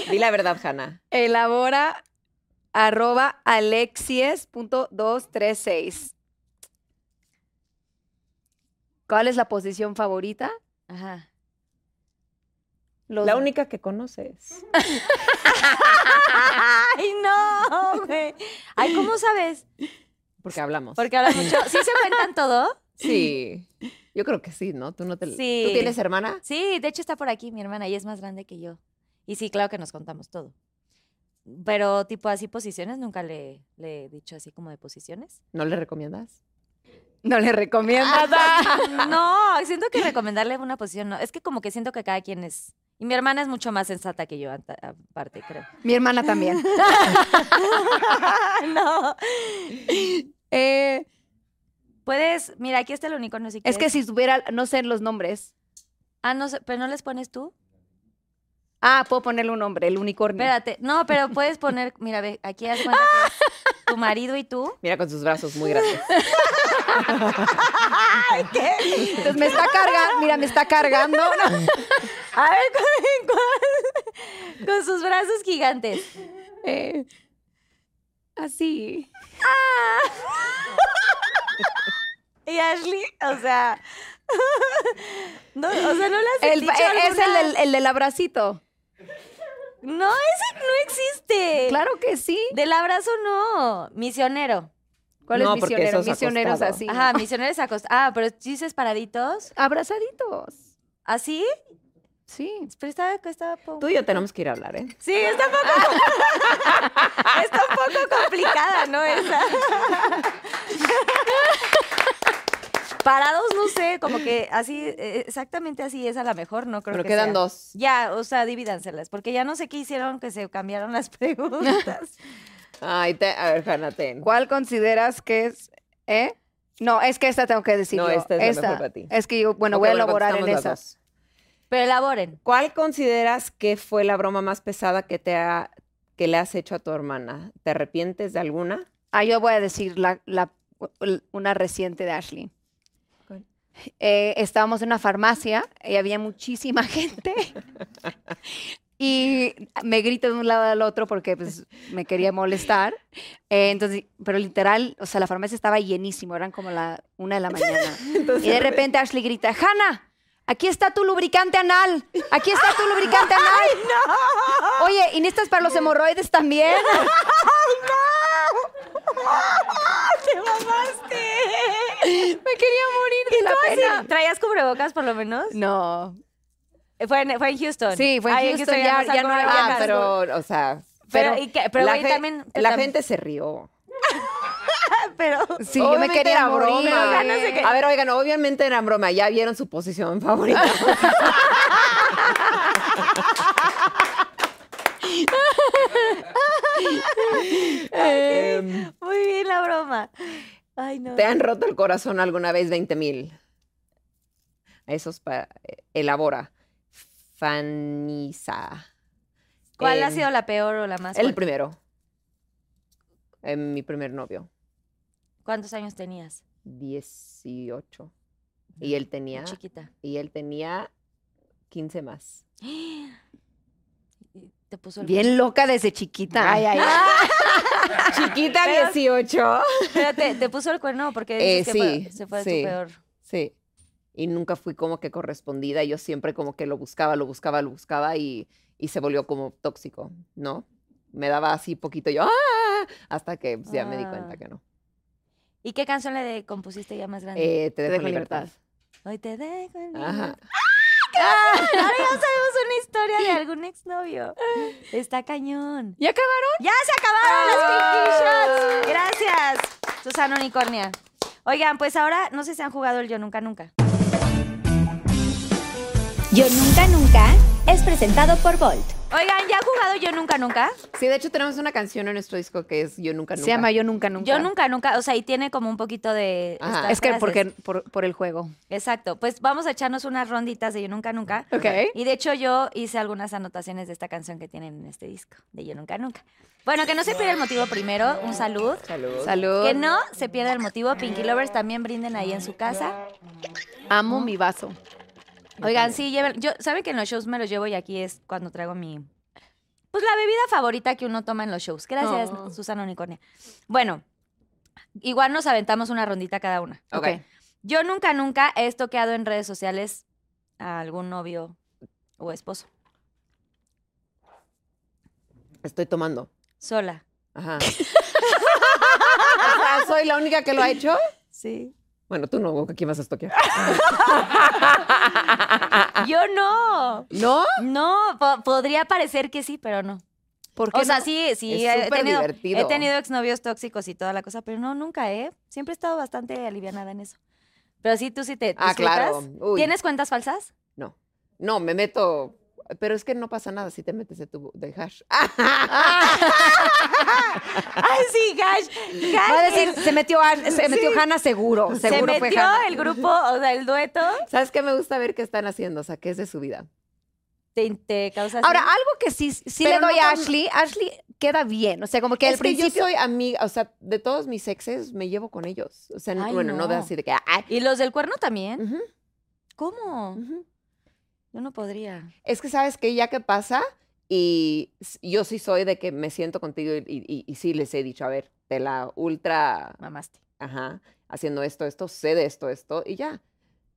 Speaker 5: Di la verdad, Hanna.
Speaker 9: Elabora arroba alexies.236. ¿Cuál es la posición favorita?
Speaker 4: Ajá.
Speaker 9: Los-
Speaker 5: La única que conoces.
Speaker 4: ¡Ay, no, güey! Ay, ¿cómo sabes?
Speaker 5: Porque hablamos. <laughs>
Speaker 4: Porque hablas <laughs> mucho. ¿Sí se cuentan todo?
Speaker 5: Sí. Yo creo que sí, ¿no? Tú no te.
Speaker 4: Sí.
Speaker 5: ¿Tú tienes hermana?
Speaker 4: Sí, de hecho está por aquí mi hermana y es más grande que yo. Y sí, claro que nos contamos todo. Pero tipo así posiciones, nunca le, le he dicho así como de <laughs> posiciones.
Speaker 5: ¿No le recomiendas?
Speaker 9: No le recomiendo.
Speaker 4: Ah. <laughs> No, siento que recomendarle una posición no. Es que como que siento que cada quien es. Y mi hermana es mucho más sensata que yo, anta- aparte, creo.
Speaker 9: Mi hermana también.
Speaker 4: <laughs> no.
Speaker 9: Eh,
Speaker 4: Puedes. Mira, aquí está el unicornio si
Speaker 9: es
Speaker 4: quieres.
Speaker 9: que si tuviera, no sé los nombres.
Speaker 4: Ah, no sé, pero no les pones tú.
Speaker 9: Ah, puedo ponerle un nombre, el unicornio.
Speaker 4: Espérate. No, pero puedes poner. Mira, ve, aquí haz cuenta que <laughs> es tu marido y tú.
Speaker 5: Mira con sus brazos <laughs> muy grandes.
Speaker 9: Entonces me está cargando, mira, me está
Speaker 4: <laughs>
Speaker 9: cargando. ¿no?
Speaker 4: A ver, con, con- con sus brazos gigantes.
Speaker 9: Eh, así.
Speaker 4: Y Ashley, o sea. <laughs> No, o sea, no las he
Speaker 9: El-
Speaker 4: dicho
Speaker 9: eh, es el,
Speaker 4: alguna-
Speaker 9: del- el del abracito.
Speaker 4: No, ese no existe.
Speaker 9: Claro que sí.
Speaker 4: Del abrazo no, misionero.
Speaker 9: ¿Cuál
Speaker 5: No,
Speaker 9: es
Speaker 5: porque eso
Speaker 9: misionero?
Speaker 5: es
Speaker 9: Misioneros
Speaker 5: acostado.
Speaker 9: así.
Speaker 4: Ajá, misioneros acostados. Ah, pero dices paraditos.
Speaker 9: Abrazaditos.
Speaker 4: ¿Así?
Speaker 9: Sí.
Speaker 4: Pero estaba, estaba poco.
Speaker 5: Tú y yo tenemos que ir a hablar, ¿eh?
Speaker 4: Sí, está un poco.
Speaker 9: Ah.
Speaker 4: <laughs> está un poco complicada, ¿no? Esa. <laughs> Parados, no sé, como que así, eh, exactamente así es a la mejor, no creo
Speaker 5: Pero
Speaker 4: que
Speaker 5: quedan
Speaker 4: sea.
Speaker 5: dos.
Speaker 4: Ya, o sea, divídanselas, porque ya no sé qué hicieron que se cambiaron las <laughs> preguntas.
Speaker 5: Ay, te- a ver, Hanna, ten.
Speaker 9: ¿Cuál consideras que es? ¿Eh? No, es que esta tengo que decir.
Speaker 5: No,
Speaker 9: yo.
Speaker 5: esta es la mejor para ti.
Speaker 9: Es que yo, bueno,
Speaker 5: Ok,
Speaker 9: voy a
Speaker 5: bueno,
Speaker 9: elaborar en
Speaker 5: contestamos
Speaker 9: esa.
Speaker 5: las dos.
Speaker 4: Pero elaboren.
Speaker 5: ¿Cuál consideras que fue la broma más pesada que te ha, que le has hecho a tu hermana? ¿Te arrepientes de alguna?
Speaker 9: Ah, yo voy a decir la, la- ul- una reciente de Ashley.
Speaker 5: ¿Cuál?
Speaker 9: Eh, estábamos en una farmacia y había muchísima <laughs> gente. Y me grita de un lado al otro porque pues, me quería molestar. Eh, entonces, pero literal, o sea, la farmacia estaba llenísimo, eran como la una de la mañana. y de repente Ashley grita, Hannah, aquí está tu lubricante anal, aquí está tu lubricante anal. Oye, ¿y necesitas para los hemorroides también?
Speaker 4: ¿Y tú así, traías cubrebocas por lo menos?
Speaker 9: No,
Speaker 4: Eh, Fue en, fue en Houston.
Speaker 9: Sí, fue en
Speaker 4: Ay,
Speaker 9: Houston, ya-
Speaker 4: nos
Speaker 9: ya no
Speaker 4: acordamos.
Speaker 5: Ah,
Speaker 9: había
Speaker 5: pero, o sea,
Speaker 4: Pero,
Speaker 5: pero
Speaker 4: ¿y qué? Pero,
Speaker 5: la,
Speaker 4: güey,
Speaker 5: ge-
Speaker 4: también-
Speaker 5: la
Speaker 4: tam-
Speaker 5: gente se rió.
Speaker 4: <laughs> Pero...
Speaker 9: Sí, yo me
Speaker 5: Obviamente
Speaker 9: quería
Speaker 5: era
Speaker 9: morir.
Speaker 5: broma.
Speaker 4: no sé qué.
Speaker 5: A ver, oigan, obviamente era broma. Ya vieron su posición <laughs> favorita. Em,
Speaker 4: Muy bien la broma. Ay, no.
Speaker 5: ¿Te han roto el corazón alguna vez 20 mil? Esos para... eh, Elabora. Faniza.
Speaker 4: ¿Cuál ha
Speaker 5: Em,
Speaker 4: sido la peor o la más?
Speaker 5: El
Speaker 4: fuerte?
Speaker 5: primero. Em, mi primer novio.
Speaker 4: ¿Cuántos años tenías?
Speaker 5: 18. Y él tenía...
Speaker 4: Chiquita.
Speaker 5: Y él tenía 15 más.
Speaker 4: Y Te puso el
Speaker 9: Bien loca desde chiquita.
Speaker 5: Ay, ay, <laughs> Chiquita
Speaker 4: Pero-
Speaker 5: 18.
Speaker 4: <laughs> Pero te, te puso el cuerno porque dices
Speaker 5: Eh,
Speaker 4: que fue-
Speaker 5: sí,
Speaker 4: se fue
Speaker 5: sí.
Speaker 4: tu peor.
Speaker 5: Sí. Y nunca fui como que correspondida. Yo siempre como que lo buscaba, lo buscaba, lo buscaba y, y se volvió como tóxico, ¿no? Me daba así poquito yo, ¡ah! hasta que pues, ya me di
Speaker 4: Ah.
Speaker 5: cuenta que no.
Speaker 4: ¿Y qué canción le de- compusiste ya más grande?
Speaker 5: Eh, te dejo, en libertad.
Speaker 4: Hoy te dejo en
Speaker 5: Ajá.
Speaker 4: Ahora ya sabemos una historia de algún exnovio. Está cañón.
Speaker 9: ¿Ya acabaron?
Speaker 4: ¡Ya se acabaron
Speaker 9: Ah.
Speaker 4: las Pinky Shots! Gracias, Susana Unicornia. Oigan, pues ahora no sé si han jugado el Yo Nunca Nunca.
Speaker 7: Yo nunca nunca es presentado por Volt.
Speaker 4: Oigan, ¿ya han jugado Yo Nunca Nunca?
Speaker 5: Sí, de hecho tenemos una canción en nuestro disco que es Yo Nunca Nunca.
Speaker 9: Se llama Yo Nunca Nunca.
Speaker 4: Yo Nunca Nunca, o sea, y tiene como un poquito de...
Speaker 5: Ajá.
Speaker 4: estas
Speaker 9: Es que
Speaker 4: frases.
Speaker 9: porque, por, por el juego.
Speaker 4: Exacto, pues vamos a echarnos unas ronditas de Yo Nunca Nunca.
Speaker 9: Ok.
Speaker 4: Y de hecho yo hice algunas anotaciones de esta canción que tienen en este disco, de Yo Nunca Nunca. Bueno, que no se pierda el motivo primero, un salud.
Speaker 5: Salud.
Speaker 9: Salud.
Speaker 4: Que no se pierda el motivo, Pinky Lovers también brinden ahí en su casa.
Speaker 9: Amo mi vaso.
Speaker 4: Oigan, sí, lleven, yo, ¿saben que en los shows me los llevo y aquí es cuando traigo mi, pues la bebida favorita que uno toma en los shows. Gracias,
Speaker 9: Oh.
Speaker 4: Susana Unicornia. Bueno, igual nos aventamos una rondita cada una.
Speaker 5: Ok.
Speaker 9: Ok.
Speaker 4: Yo nunca, nunca he estoqueado en redes sociales a algún novio o esposo.
Speaker 5: Estoy tomando.
Speaker 4: Sola.
Speaker 5: Ajá. <laughs> O sea, ¿Soy la única que lo ha hecho?
Speaker 4: Sí.
Speaker 5: Bueno, tú no, ¿a quién vas a estoquear?
Speaker 4: Yo no.
Speaker 5: ¿No?
Speaker 4: No, po- podría parecer que sí, pero no.
Speaker 9: ¿Por qué
Speaker 4: O sea,
Speaker 9: no?
Speaker 4: sí, sí.
Speaker 5: Es
Speaker 4: he
Speaker 5: súper
Speaker 4: tenido,
Speaker 5: divertido.
Speaker 4: he tenido exnovios tóxicos y toda la cosa, pero no, nunca, ¿eh? Siempre he estado bastante alivianada en eso. Pero sí, tú sí te
Speaker 5: Ah, claro.
Speaker 4: disfrutas.
Speaker 5: Uy.
Speaker 4: ¿Tienes cuentas falsas?
Speaker 5: No, no, me meto. Pero es que no pasa nada si te metes de tu de
Speaker 4: <laughs>
Speaker 5: hash. <laughs>
Speaker 4: Ay, sí, <laughs> Gash.
Speaker 9: Va a decir, se metió, Ar- se metió Hanna seguro.
Speaker 4: se
Speaker 9: eh, Seguro fue
Speaker 4: metió
Speaker 9: Hanna.
Speaker 4: el grupo, o sea, el dueto.
Speaker 5: ¿Sabes qué me gusta ver qué están haciendo? O sea, qué es de su vida.
Speaker 4: Te, te causa
Speaker 9: Ahora, algo que sí, sí le
Speaker 5: Pero
Speaker 9: doy
Speaker 5: no
Speaker 9: a
Speaker 5: tan-
Speaker 9: Ashley, Ashley queda bien. O sea, como que
Speaker 5: es
Speaker 9: al principio.
Speaker 5: que yo soy amiga, o sea, de todos mis exes me llevo con ellos. O sea, n-
Speaker 4: Ay,
Speaker 5: bueno, no. de
Speaker 4: no.
Speaker 5: así de que. ay,
Speaker 4: ¿Y los del cuerno también?
Speaker 5: ujú,
Speaker 4: ¿Cómo?
Speaker 5: ujú.
Speaker 4: Yo no podría.
Speaker 5: Es que sabes que ya que pasa y s- yo sí soy de que me siento contigo y, y- y- y sí les he dicho, a ver, te la ultra,
Speaker 4: Mamaste.
Speaker 5: ajá, haciendo esto, esto, sé de esto, esto y ya.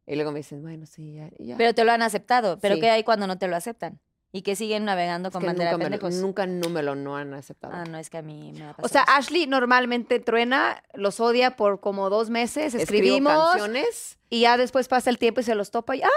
Speaker 5: Y luego me dicen, bueno, sí, ya, y ya.
Speaker 4: Pero te lo han aceptado. ¿Pero
Speaker 5: Sí.
Speaker 4: qué hay cuando no te lo aceptan? Y que siguen navegando
Speaker 5: Es
Speaker 4: con
Speaker 5: que
Speaker 4: bandera
Speaker 5: nunca,
Speaker 4: de
Speaker 5: me lo-
Speaker 4: pendejos.
Speaker 5: nunca no me lo no han aceptado.
Speaker 4: Ah, no, es que a mí me va a pasar.
Speaker 9: O sea,
Speaker 4: eso.
Speaker 9: Ashley normalmente truena, los odia por como dos meses,
Speaker 5: Escribo
Speaker 9: escribimos
Speaker 5: canciones.
Speaker 9: y ya después pasa el tiempo y se los topa y, ah,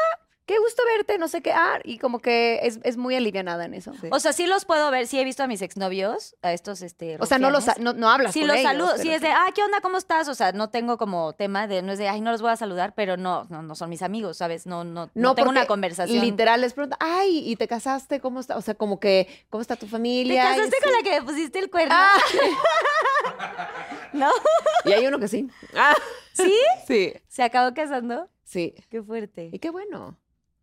Speaker 9: qué gusto verte, no sé qué, ah, y como que es, es muy alivianada en eso.
Speaker 5: Sí.
Speaker 4: O sea, sí los puedo ver, sí he visto a mis exnovios, a estos, este,
Speaker 9: O sea, no, los,
Speaker 4: rufianes.
Speaker 9: sa- no, no hablas
Speaker 4: Sí
Speaker 9: con
Speaker 4: los
Speaker 9: ellos,
Speaker 4: saludo, sí
Speaker 9: pero-
Speaker 4: es de, ah, ¿qué onda? ¿Cómo estás? O sea, no tengo como tema de, no es de, ay, no los voy a saludar, pero no, no, no son mis amigos, ¿sabes? No, no, no, tengo una
Speaker 5: porque
Speaker 4: conversación.
Speaker 5: Literal les pregunta, ay, ¿y te casaste? ¿Cómo está? O sea, como que, ¿cómo está tu
Speaker 4: ¿Te
Speaker 5: familia? Y
Speaker 4: casaste
Speaker 5: así.
Speaker 4: con la que pusiste el cuerno?
Speaker 9: Ah.
Speaker 4: ¿No?
Speaker 5: Y hay uno que sí. <laughs> Ah,
Speaker 4: ¿Sí?
Speaker 5: sí,
Speaker 4: ¿Se acabó casando?
Speaker 5: sí.
Speaker 4: Qué fuerte.
Speaker 5: Y qué bueno.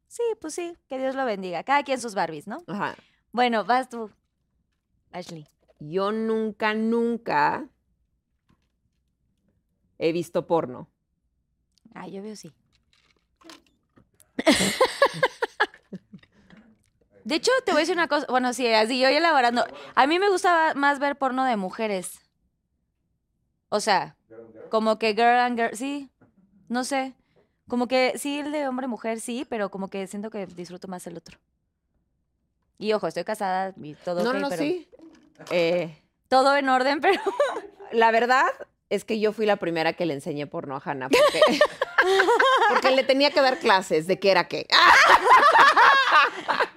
Speaker 4: Sí, pues sí, que Dios lo bendiga. Cada quien sus Barbies, ¿no?
Speaker 5: Ajá.
Speaker 4: Bueno, vas tú, Ashley.
Speaker 5: Yo nunca, nunca he visto porno.
Speaker 4: Ah, yo veo sí. De hecho, te voy a decir una cosa. Bueno, sí, así yo elaborando. A mí me gustaba más ver porno de mujeres. O sea, como que girl and girl, sí. No sé. Como que sí, el de hombre-mujer, sí, pero como que siento que disfruto más el otro. Y ojo, estoy casada y todo.
Speaker 5: no,
Speaker 4: ok,
Speaker 5: no,
Speaker 4: pero-
Speaker 5: sí. Eh,
Speaker 4: Todo en orden, <laughs> pero.
Speaker 5: la verdad es que yo fui la primera que le enseñé porno a Hannah porque, <laughs> porque le tenía que dar clases de qué era qué.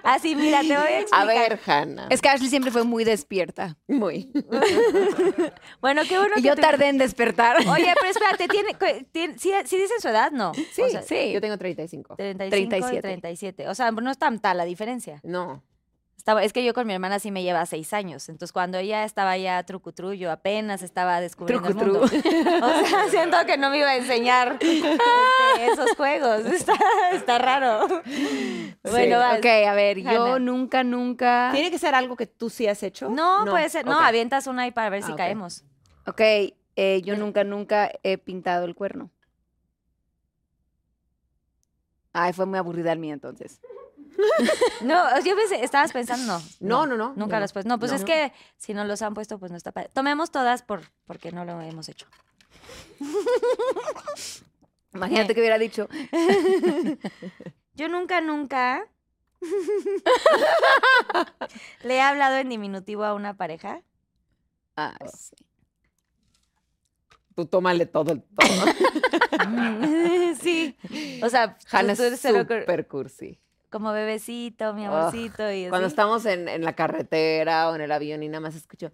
Speaker 4: Así, mira, te voy a explicar.
Speaker 5: A ver, Hannah.
Speaker 9: Es que Ashley siempre fue muy despierta.
Speaker 5: Muy.
Speaker 4: Bueno, qué bueno
Speaker 9: Y
Speaker 4: que
Speaker 9: yo
Speaker 4: te-
Speaker 9: tardé en despertar. <laughs>
Speaker 4: Oye,
Speaker 5: <laughs>
Speaker 4: pero espérate, ¿tiene, cu- tiene- sí, sí dicen su edad? No.
Speaker 5: Sí,
Speaker 4: O sea,
Speaker 5: sí. Yo tengo 35.
Speaker 4: 35 y
Speaker 9: 37.
Speaker 4: 37. O sea, no es tanta la diferencia.
Speaker 5: No.
Speaker 4: Estaba, es que yo con mi hermana sí me lleva seis años. Entonces, cuando ella estaba ya trucutru, yo apenas estaba descubriendo el mundo.
Speaker 9: Trucutru.
Speaker 4: <laughs> O sea, siento que no me iba a
Speaker 5: <laughs>
Speaker 4: enseñar este, esos juegos. Está, está raro. Bueno, vas.
Speaker 9: ok, a ver,
Speaker 4: Hannah.
Speaker 9: yo nunca, nunca.
Speaker 5: ¿Tiene que ser algo que tú sí has hecho?
Speaker 4: No, puede ser. No,
Speaker 5: ok.
Speaker 4: avientas una ahí para ver si
Speaker 5: Ah, ok.
Speaker 4: caemos.
Speaker 9: Ok, eh, yo nunca, nunca he pintado el cuerno. Ay, fue muy aburrida el mío entonces.
Speaker 4: No, yo pensé, estabas pensando, no.
Speaker 5: No, no, no,
Speaker 4: Nunca
Speaker 5: no.
Speaker 4: las pues. No, pues
Speaker 5: No.
Speaker 4: es que si no los han puesto, pues no está padre. Tomemos todas por, porque no lo hemos hecho.
Speaker 9: Imagínate que hubiera dicho,
Speaker 4: Yo nunca, nunca <laughs> le he hablado en diminutivo a una
Speaker 5: <laughs>
Speaker 4: pareja.
Speaker 9: ah, sí.
Speaker 5: Tú tómale todo el todo.
Speaker 4: sí. O sea, tú-
Speaker 5: Hannah
Speaker 4: tú
Speaker 5: es
Speaker 4: se lo cor-
Speaker 5: súper cursi.
Speaker 4: como bebecito, mi
Speaker 5: Ugh,
Speaker 4: amorcito. y
Speaker 5: Cuando
Speaker 4: así.
Speaker 5: estamos en, en la carretera o en el avión y nada más escucho.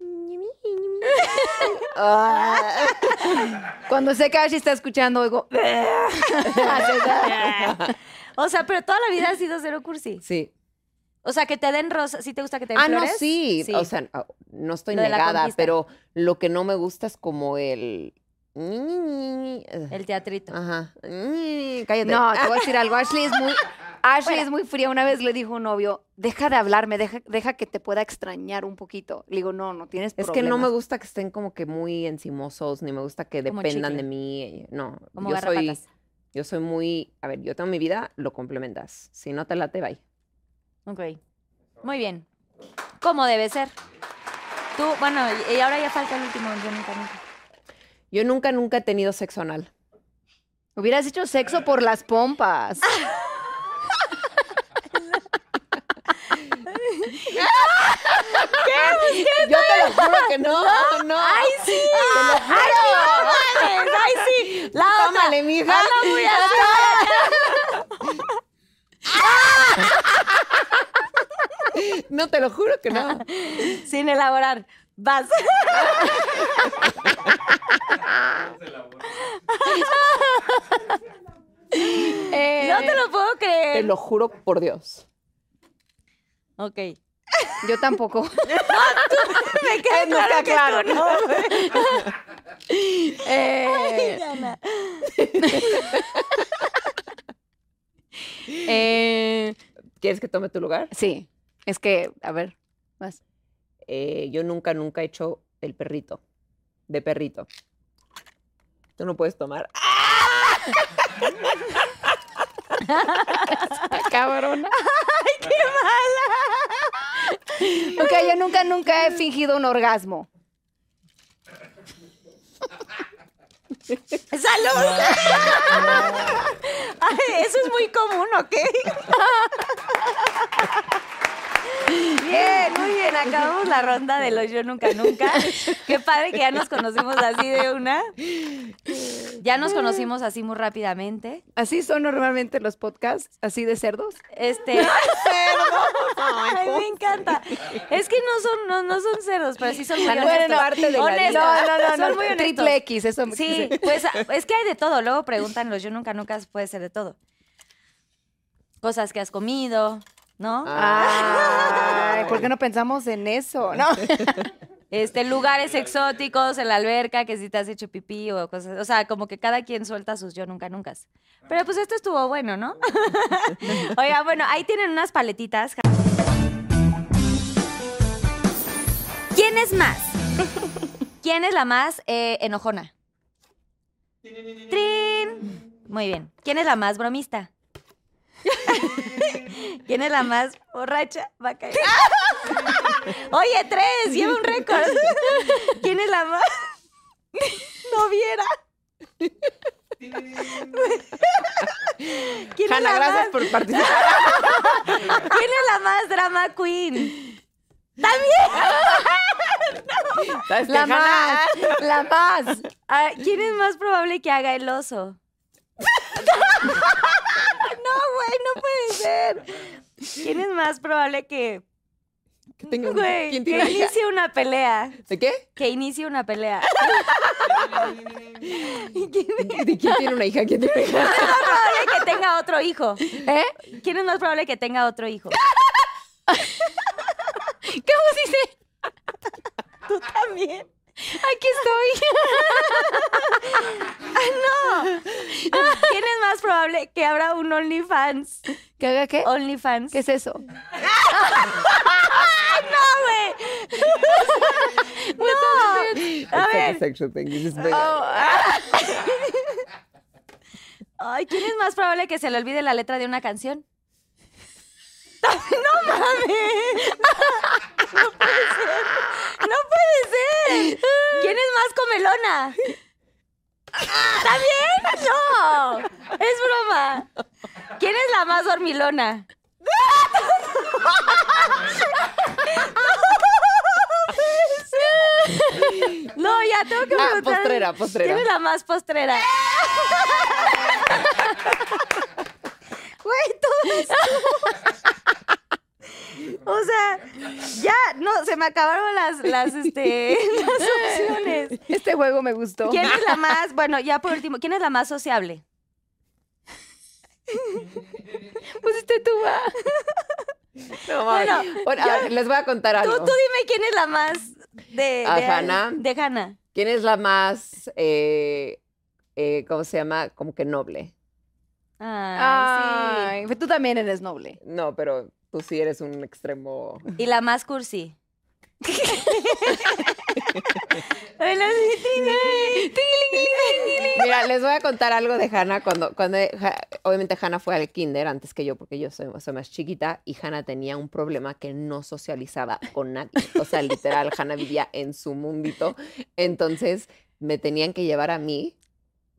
Speaker 5: <laughs> Ah,
Speaker 9: Cuando sé que Ashley está escuchando, digo,
Speaker 4: <laughs> O sea, pero toda la vida ha sido cero cursi.
Speaker 5: sí.
Speaker 4: O sea, que te den rosas, ¿sí te gusta que te den
Speaker 5: Ah, no,
Speaker 4: flores?
Speaker 5: sí. O sea, ah, no estoy
Speaker 4: Lo de la
Speaker 5: negada,
Speaker 4: conquista.
Speaker 5: pero lo que no me gusta es como el. El
Speaker 4: el teatrito.
Speaker 5: Ajá. Cállate.
Speaker 9: no, te voy a decir algo. Ashley es
Speaker 4: <laughs>
Speaker 9: muy, Ashley es muy fría. Una vez le dijo a un novio, deja de hablarme, deja, deja que te pueda extrañar un poquito. Le digo, no, no tienes
Speaker 5: Es que no me
Speaker 9: problemas".
Speaker 5: gusta que estén como que muy encimosos, ni me gusta que
Speaker 4: Como
Speaker 5: dependan de
Speaker 4: chicle.
Speaker 5: mí. No,
Speaker 4: Como
Speaker 5: yo soy,
Speaker 4: garrapatas.
Speaker 5: yo soy muy, a ver, yo tengo mi vida, lo complementas. Si no te late, bye.
Speaker 4: Ok. Muy bien. ¿Cómo debe ser? Tú, bueno, y- y ahora ya falta el último. Yo nunca, nunca.
Speaker 5: Yo nunca, nunca he tenido sexo anal.
Speaker 9: Hubieras hecho sexo por
Speaker 4: <laughs>
Speaker 9: las pompas.
Speaker 5: Yo te lo juro
Speaker 4: <laughs>
Speaker 5: que no, no. ¡Ay, sí! ¡Te lo juro!
Speaker 4: ¡Ay, sí! La otra.
Speaker 5: Tómale, eh, mija.
Speaker 4: ¡Hala, muy hasta-
Speaker 5: <laughs> No, te lo juro
Speaker 4: <laughs>
Speaker 5: que no.
Speaker 4: Sin elaborar. Vas. <laughs> no te lo puedo
Speaker 5: Te
Speaker 4: creer.
Speaker 5: lo juro por Dios.
Speaker 4: Ok.
Speaker 9: Yo tampoco.
Speaker 4: <laughs> Me queda
Speaker 5: no está
Speaker 4: claro que tú <laughs> no.
Speaker 9: Eh,
Speaker 4: Diana.
Speaker 9: <laughs> eh,
Speaker 5: ¿Quieres que tome tu lugar?
Speaker 9: sí, es que, a ver, más.
Speaker 5: Eh, yo nunca, nunca he hecho el perrito. De perrito. Tú no puedes tomar. ¡Ah,
Speaker 9: <laughs> cabrona. ¡Ay, qué mala! Ok, yo nunca, nunca he fingido un orgasmo.
Speaker 4: ¡Salud! Ay, eso es muy común, ¿ok? Bien, muy bien. Acabamos la ronda de los yo nunca <laughs> nunca. Qué padre que ya nos conocimos así de una. Ya nos conocimos así muy rápidamente.
Speaker 9: Así son normalmente los podcasts, así de cerdos.
Speaker 4: <laughs> Este. Ay, me encanta. Es que no son, no, no son cerdos, pero sí son muy
Speaker 9: Bueno,
Speaker 4: honestos.
Speaker 9: parte de la
Speaker 4: Honestos.
Speaker 9: vida. No, no, no,
Speaker 4: Son
Speaker 9: no,
Speaker 4: muy honestos.
Speaker 9: triple X, eso me
Speaker 4: Sí,
Speaker 9: quise.
Speaker 4: pues a- es que hay de todo. Luego preguntan los yo nunca nunca puede ser de todo. Cosas que has comido, ¿no?
Speaker 9: Ay, ¿por Ah. <laughs> qué no pensamos en eso? No.
Speaker 4: Este, lugares exóticos en la alberca, que si te has hecho pipí o cosas. O sea, como que cada quien suelta sus yo nunca nunca. Pero pues esto estuvo bueno, ¿no? <laughs> Oiga, bueno, ahí tienen unas paletitas. ¿Quién es más? ¿Quién es la más eh, enojona? ¡Trin! Muy bien. ¿Quién es la más bromista? <laughs> ¿Quién es la más borracha? Va a caer. <laughs> Oye, tres, lleva un récord. ¿Quién es la más? <laughs> No viera. <laughs> ¿Quién es,
Speaker 5: Hanna,
Speaker 4: la más,
Speaker 5: gracias
Speaker 4: <laughs>
Speaker 5: por participar.
Speaker 4: ¿Quién es la más drama queen?
Speaker 5: ¿Sabes qué,
Speaker 4: La
Speaker 5: Hanna?
Speaker 4: más, la más. Ah, ¿Quién es más probable que haga el oso? <laughs> No, güey, no puede ser. ¿Quién es más probable que,
Speaker 5: Que tenga un-
Speaker 4: güey,
Speaker 5: ¿Quién
Speaker 4: que
Speaker 5: tiene hija?
Speaker 4: inicie una pelea?
Speaker 5: ¿De qué?
Speaker 4: Que inicie una pelea.
Speaker 5: ¿De de quién tiene una hija? ¿Quién tiene una
Speaker 4: <laughs>
Speaker 5: hija?
Speaker 4: ¿Quién es más probable que tenga otro hijo? ¿Eh? ¿Quién es más probable que tenga otro hijo? ¿Cómo dice? Tú también. Aquí estoy. ¡Ah, no! ¿Quién es más probable que abra un OnlyFans?
Speaker 9: ¿Que haga qué?
Speaker 4: OnlyFans. Ah,
Speaker 9: ¿Qué es eso? <laughs>
Speaker 4: ¡No! A
Speaker 5: It's like a
Speaker 4: ver. Oh.
Speaker 5: sexual thing. It's just very-
Speaker 4: <laughs> Ay, ¿quién es más probable que se le olvide la letra de una canción? ¡No mames! ¡No puede ser! ¡No puede ser! ¿Quién es más comelona? ¿Está bien? ¡No! ¡Es broma! ¿Quién es la más dormilona? No, ya tengo que
Speaker 5: Ah,
Speaker 4: preguntar.
Speaker 5: postrera, postrera.
Speaker 4: ¿Quién es la más postrera? Güey, todo esto. O sea, ya, no, se me acabaron las, las, este, <laughs> las opciones.
Speaker 9: Este juego me gustó.
Speaker 4: ¿Quién es la más, bueno, ya por último, ¿quién es la más sociable? <laughs>
Speaker 9: pusiste tú? ah?
Speaker 5: No, mames.
Speaker 4: Bueno,
Speaker 5: Bueno, a ver, les voy a contar
Speaker 4: Tú,
Speaker 5: algo.
Speaker 4: tú dime <laughs> quién es la más de...
Speaker 5: ¿A
Speaker 4: de-
Speaker 5: Hannah?
Speaker 4: De Hannah.
Speaker 5: ¿Quién es la más, eh, eh, cómo se llama? Como que noble.
Speaker 4: Ay,
Speaker 9: Ay, tú también eres noble.
Speaker 5: No, pero tú sí eres un extremo.
Speaker 4: sí. Y la más cursi. <laughs> Ay, la-
Speaker 5: Mira, les voy a contar algo de Hannah. Cuando, cuando ja- obviamente Hannah fue al kinder antes que yo, porque yo soy, soy más chiquita, y Hannah tenía un problema que no socializaba con nadie. O sea, literal, Hannah vivía en su mundito. Entonces, me tenían que llevar a mí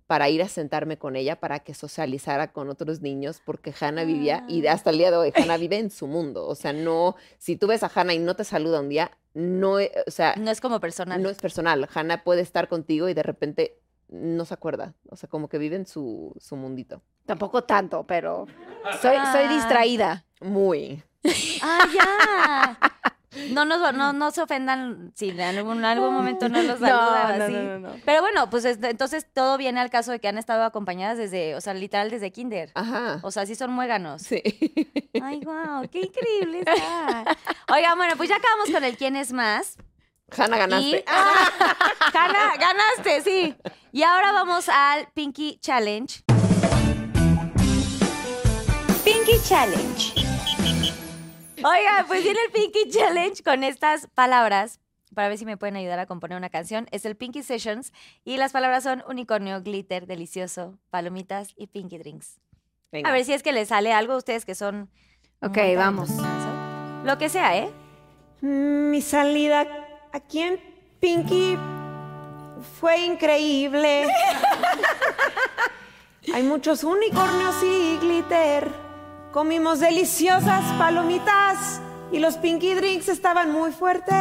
Speaker 5: para ir a sentarme con ella para que socializara con otros niños porque Hannah vivía y hasta el día de hoy Hannah vive en su mundo, o sea, no si tú ves a Hannah y no te saluda un día, no, eh, o sea,
Speaker 4: No es como personal.
Speaker 5: no es personal. Hannah puede estar contigo y de repente no se acuerda. O sea, como que vive en su, su mundito.
Speaker 9: Tampoco tanto, pero soy, soy
Speaker 4: Ah.
Speaker 9: distraída.
Speaker 5: Muy.
Speaker 4: ¡Ah, ya! No, nos, no, no se ofendan si en algún, en algún momento no los saludan así.
Speaker 9: no.
Speaker 4: Pero bueno, pues este, entonces todo viene al caso de que han estado acompañadas desde, o sea, literal desde kinder.
Speaker 5: Ajá.
Speaker 4: O sea, sí son muéganos.
Speaker 5: Sí. <laughs>
Speaker 4: Ay, wow, qué increíble está. Oigan, bueno, pues ya acabamos con el quién es más.
Speaker 5: Hannah ganaste.
Speaker 4: Y, ah, <laughs> gana- ganaste, sí. Y ahora vamos al Pinky Challenge.
Speaker 7: Pinky Challenge.
Speaker 4: Oigan, pues viene el Pinky Challenge con estas palabras para ver si me pueden ayudar a componer una canción. Es el Pinky Sessions y las palabras son unicornio, glitter, delicioso, palomitas y Pinky Drinks.
Speaker 5: Venga.
Speaker 4: A ver si es que les sale algo a ustedes que son... un
Speaker 9: Ok,
Speaker 4: montón.
Speaker 9: vamos.
Speaker 4: Lo que sea, ¿eh?
Speaker 10: Mi salida aquí en Pinky fue <laughs> increíble. Hay muchos unicornios y glitter. Comimos deliciosas palomitas y los Pinky Drinks estaban muy <laughs> fuertes.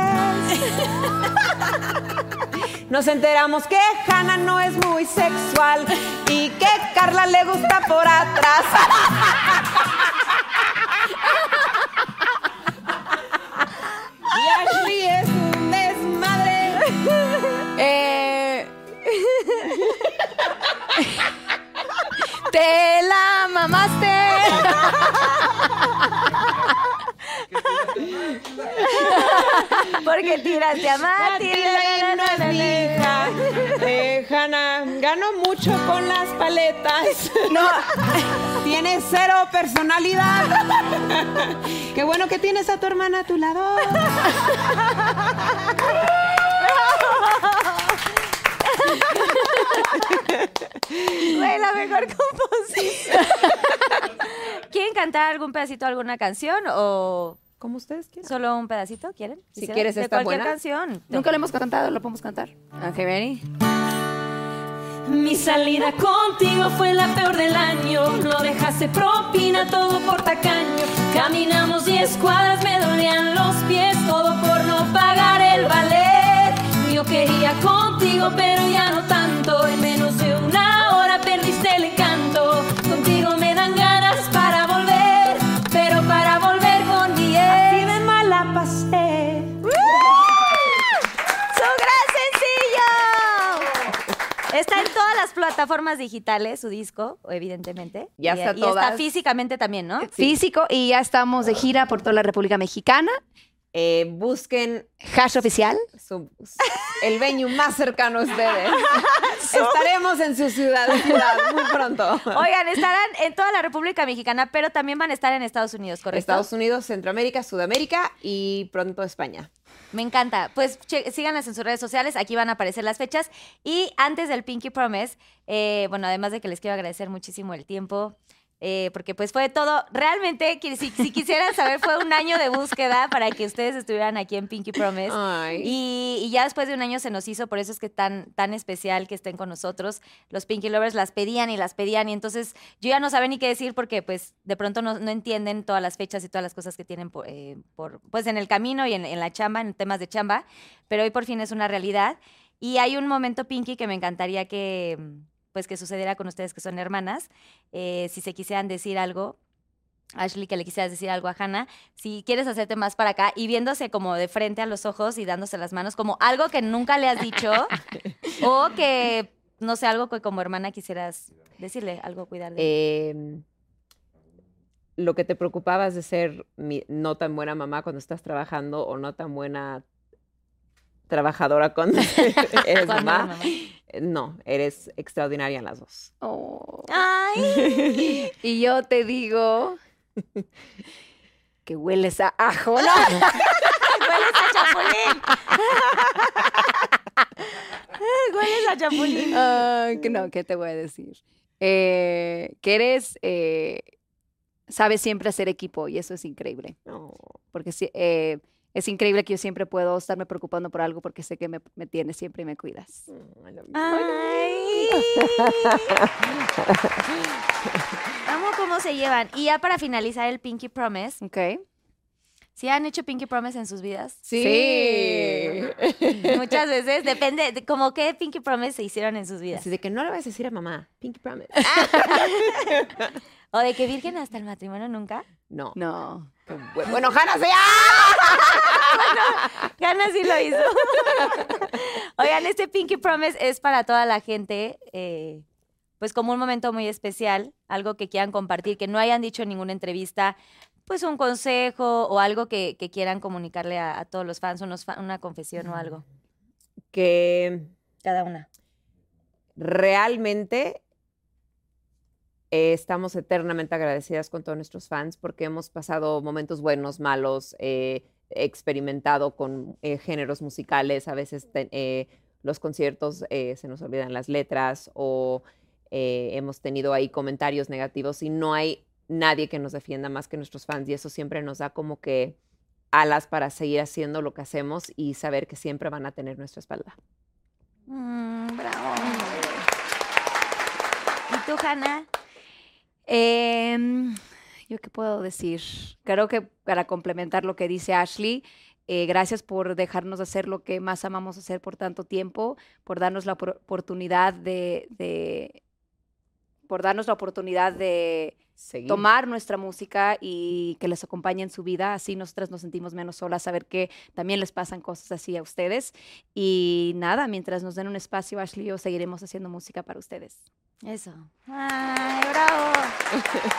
Speaker 10: Nos enteramos que Hannah no es muy sexual y que Carla le gusta por atrás. Y Ashley es un desmadre.
Speaker 9: Eh, <laughs> Te la mamaste.
Speaker 4: ¿Por qué que tiraste a Mati.
Speaker 10: Matilda no es mi hija de Eh, Hanna. Gano mucho con las paletas. No, tiene cero personalidad. Qué bueno que tienes a tu hermana a tu lado.
Speaker 4: Güey, la mejor composición. ¿Quieren cantar algún pedacito, alguna canción o
Speaker 10: Como ustedes quieran.
Speaker 4: solo un pedacito? ¿Quieren?
Speaker 5: Si
Speaker 4: ¿Quisieran?
Speaker 5: quieres
Speaker 4: de
Speaker 5: esta
Speaker 4: cualquier
Speaker 5: buena.
Speaker 4: canción.
Speaker 9: Nunca lo hemos cantado, lo podemos cantar.
Speaker 4: Ok, ready?
Speaker 1: Mi salida contigo fue la peor del año. No dejaste propina, todo por tacaño. Caminamos 10 cuadras, me dolían los pies, todo por no pagar el ballet. Yo quería contigo, pero ya no tanto. En menos de una hora perdiste el encanto. Contigo me dan ganas para volver, pero para volver con mi ex.
Speaker 10: Así de mala pasé.
Speaker 4: ¡Su gran sencillo! Está en todas las plataformas digitales, su disco, evidentemente.
Speaker 5: Ya
Speaker 4: y,
Speaker 5: está
Speaker 4: y
Speaker 5: todas.
Speaker 4: físicamente también, ¿no?
Speaker 9: Físico, y ya estamos de gira por toda la República Mexicana.
Speaker 5: Eh, busquen
Speaker 9: Hash oficial.
Speaker 5: su- su- el venue más cercano
Speaker 10: <laughs>
Speaker 5: a ustedes. Estaremos en su ciudad, ciudad, muy pronto.
Speaker 4: Oigan, estarán en toda la República Mexicana, pero también van a estar en Estados Unidos, ¿correcto?
Speaker 5: Estados Unidos, Centroamérica, Sudamérica y pronto España.
Speaker 4: Me encanta. Pues che- síganlas en sus redes sociales, aquí van a aparecer las fechas. Y antes del Pinky Promise, eh, bueno, además de que les quiero agradecer muchísimo el tiempo, eh, porque pues fue todo, realmente, que si, si quisieran saber, fue un año de búsqueda para que ustedes estuvieran aquí en Pinky Promise.
Speaker 5: Ay.
Speaker 4: Y, y ya después de un año se nos hizo, por eso es que tan, tan especial que estén con nosotros. Los Pinky Lovers las pedían y las pedían y entonces yo ya no sabía ni qué decir porque pues de pronto no, no entienden todas las fechas y todas las cosas que tienen por, eh, por- pues en el camino y en, en la chamba, en temas de chamba, pero hoy por fin es una realidad. Y hay un momento Pinky que me encantaría que pues que sucediera con ustedes que son hermanas, Eh, si se quisieran decir algo. Ashley, que le quisieras decir algo a Hannah, si quieres hacerte más para acá y viéndose como de frente a los ojos y dándose las manos, como algo que nunca le has <laughs> dicho o que, no sé, algo que como hermana quisieras decirle, algo cuidarle.
Speaker 5: Eh, lo que te preocupabas de ser mi- no tan buena mamá cuando estás trabajando o no tan buena trabajadora cuando <laughs> eres
Speaker 4: Cuando
Speaker 5: mamá.
Speaker 4: eres mamá.
Speaker 5: Eh, No, eres extraordinaria en las dos.
Speaker 4: Ay,
Speaker 9: Oh. Y yo te digo <laughs> que hueles a ajo. No,
Speaker 4: hueles a chapulín. <laughs> hueles a chapulín.
Speaker 9: Ah, que no, ¿qué te voy a decir? Eh, que eres, eh, sabes siempre hacer equipo y eso es increíble.
Speaker 5: No.
Speaker 9: Porque sí, eh, es increíble que yo siempre puedo estarme preocupando por algo porque sé que me, me tienes siempre y me cuidas.
Speaker 5: Mm, I love you.
Speaker 4: <laughs> Ay. Amo cómo se llevan. Y ya para finalizar el Pinky Promise,
Speaker 9: ¿Ok?
Speaker 4: Si han hecho Pinky Promise en sus vidas?
Speaker 5: Sí.
Speaker 4: <laughs> Muchas veces, depende, de como qué Pinky Promise se hicieron en sus vidas.
Speaker 5: Así de que no le vas a decir a mamá, Pinky Promise.
Speaker 4: O de que virgen hasta el matrimonio nunca.
Speaker 5: No.
Speaker 9: No.
Speaker 5: Qué hue- Bueno, Hannah, sí. ¡ah! <laughs>
Speaker 4: Gana sí lo hizo. Oigan, este Pinky Promise es para toda la gente, eh, pues como un momento muy especial, algo que quieran compartir, que no hayan dicho en ninguna entrevista, pues un consejo o algo que, que quieran comunicarle a, a todos los fans, unos fa- una confesión o algo.
Speaker 5: Que
Speaker 4: Cada una.
Speaker 5: realmente eh, estamos eternamente agradecidas con todos nuestros fans porque hemos pasado momentos buenos, malos, eh, experimentado con eh, géneros musicales, a veces te- eh, los conciertos eh, se nos olvidan las letras o eh, hemos tenido ahí comentarios negativos y no hay nadie que nos defienda más que nuestros fans y eso siempre nos da como que alas para seguir haciendo lo que hacemos y saber que siempre van a tener nuestra espalda.
Speaker 4: Mm, bravo. ¿Y tú, Hanna?
Speaker 9: Em, ¿Yo qué puedo decir? Creo que para complementar lo que dice Ashley, eh, gracias por dejarnos hacer lo que más amamos hacer por tanto tiempo, por darnos la opor- oportunidad de, de- por darnos la oportunidad de
Speaker 5: Seguir.
Speaker 9: tomar nuestra música y que les acompañe en su vida. Así nosotras nos sentimos menos solas, saber que también les pasan cosas así a ustedes. Y nada, mientras nos den un espacio, Ashley y yo seguiremos haciendo música para ustedes.
Speaker 4: Eso. Ay, bravo.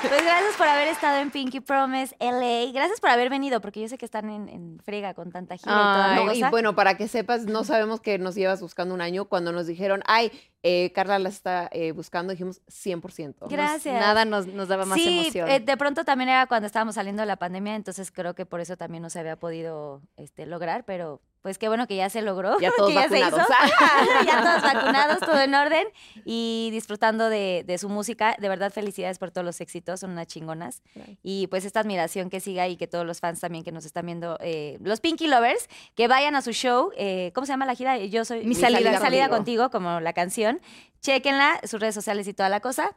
Speaker 4: Pues gracias por haber estado en Pinky Promise LA. Gracias por haber venido, porque yo sé que están en, en frega con tanta gira y toda
Speaker 5: Ay,
Speaker 4: la
Speaker 5: y
Speaker 4: cosa.
Speaker 5: bueno, para que sepas, no sabemos que nos llevas buscando un año. Cuando nos dijeron, ay, eh, Carla la está eh, buscando, dijimos 100%.
Speaker 4: Gra- Gracias.
Speaker 9: Nada nos, nos daba más
Speaker 4: sí,
Speaker 9: emoción.
Speaker 4: eh, de pronto también era cuando estábamos saliendo de la pandemia, entonces creo que por eso también no se había podido este, lograr, pero pues <laughs> qué bueno que ya se logró.
Speaker 5: Ya todos
Speaker 4: que ya
Speaker 5: vacunados.
Speaker 4: Se hizo. <laughs> ya todos vacunados, todo en orden y disfrutando de, de su música. De verdad, felicidades por todos los éxitos, son unas chingonas.
Speaker 5: Gracias.
Speaker 4: Y pues esta admiración que siga y que todos los fans también que nos están viendo, eh, los Pinky Lovers, que vayan a su show. eh, ¿Cómo se llama la gira? Yo soy
Speaker 9: Mi salida
Speaker 4: contigo. como la canción. Chequenla, sus redes sociales y toda la cosa.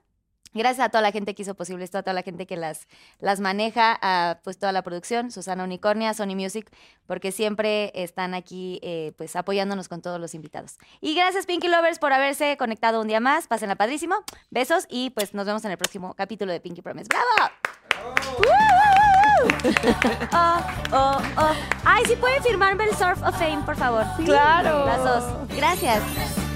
Speaker 4: Gracias a toda la gente que hizo posible esto, a toda la gente que las, las maneja, a pues toda la producción, Susana Unicornia, Sony Music, porque siempre están aquí eh, pues apoyándonos con todos los invitados. Y gracias Pinky Lovers por haberse conectado un día más, pásenla padrísimo, besos y pues nos vemos en el próximo capítulo de Pinky Promise. ¡Bravo! Oh, oh, oh. Ay, si pueden firmarme el Surf of Fame, por favor. Claro. Las dos. Gracias.
Speaker 3: Promise.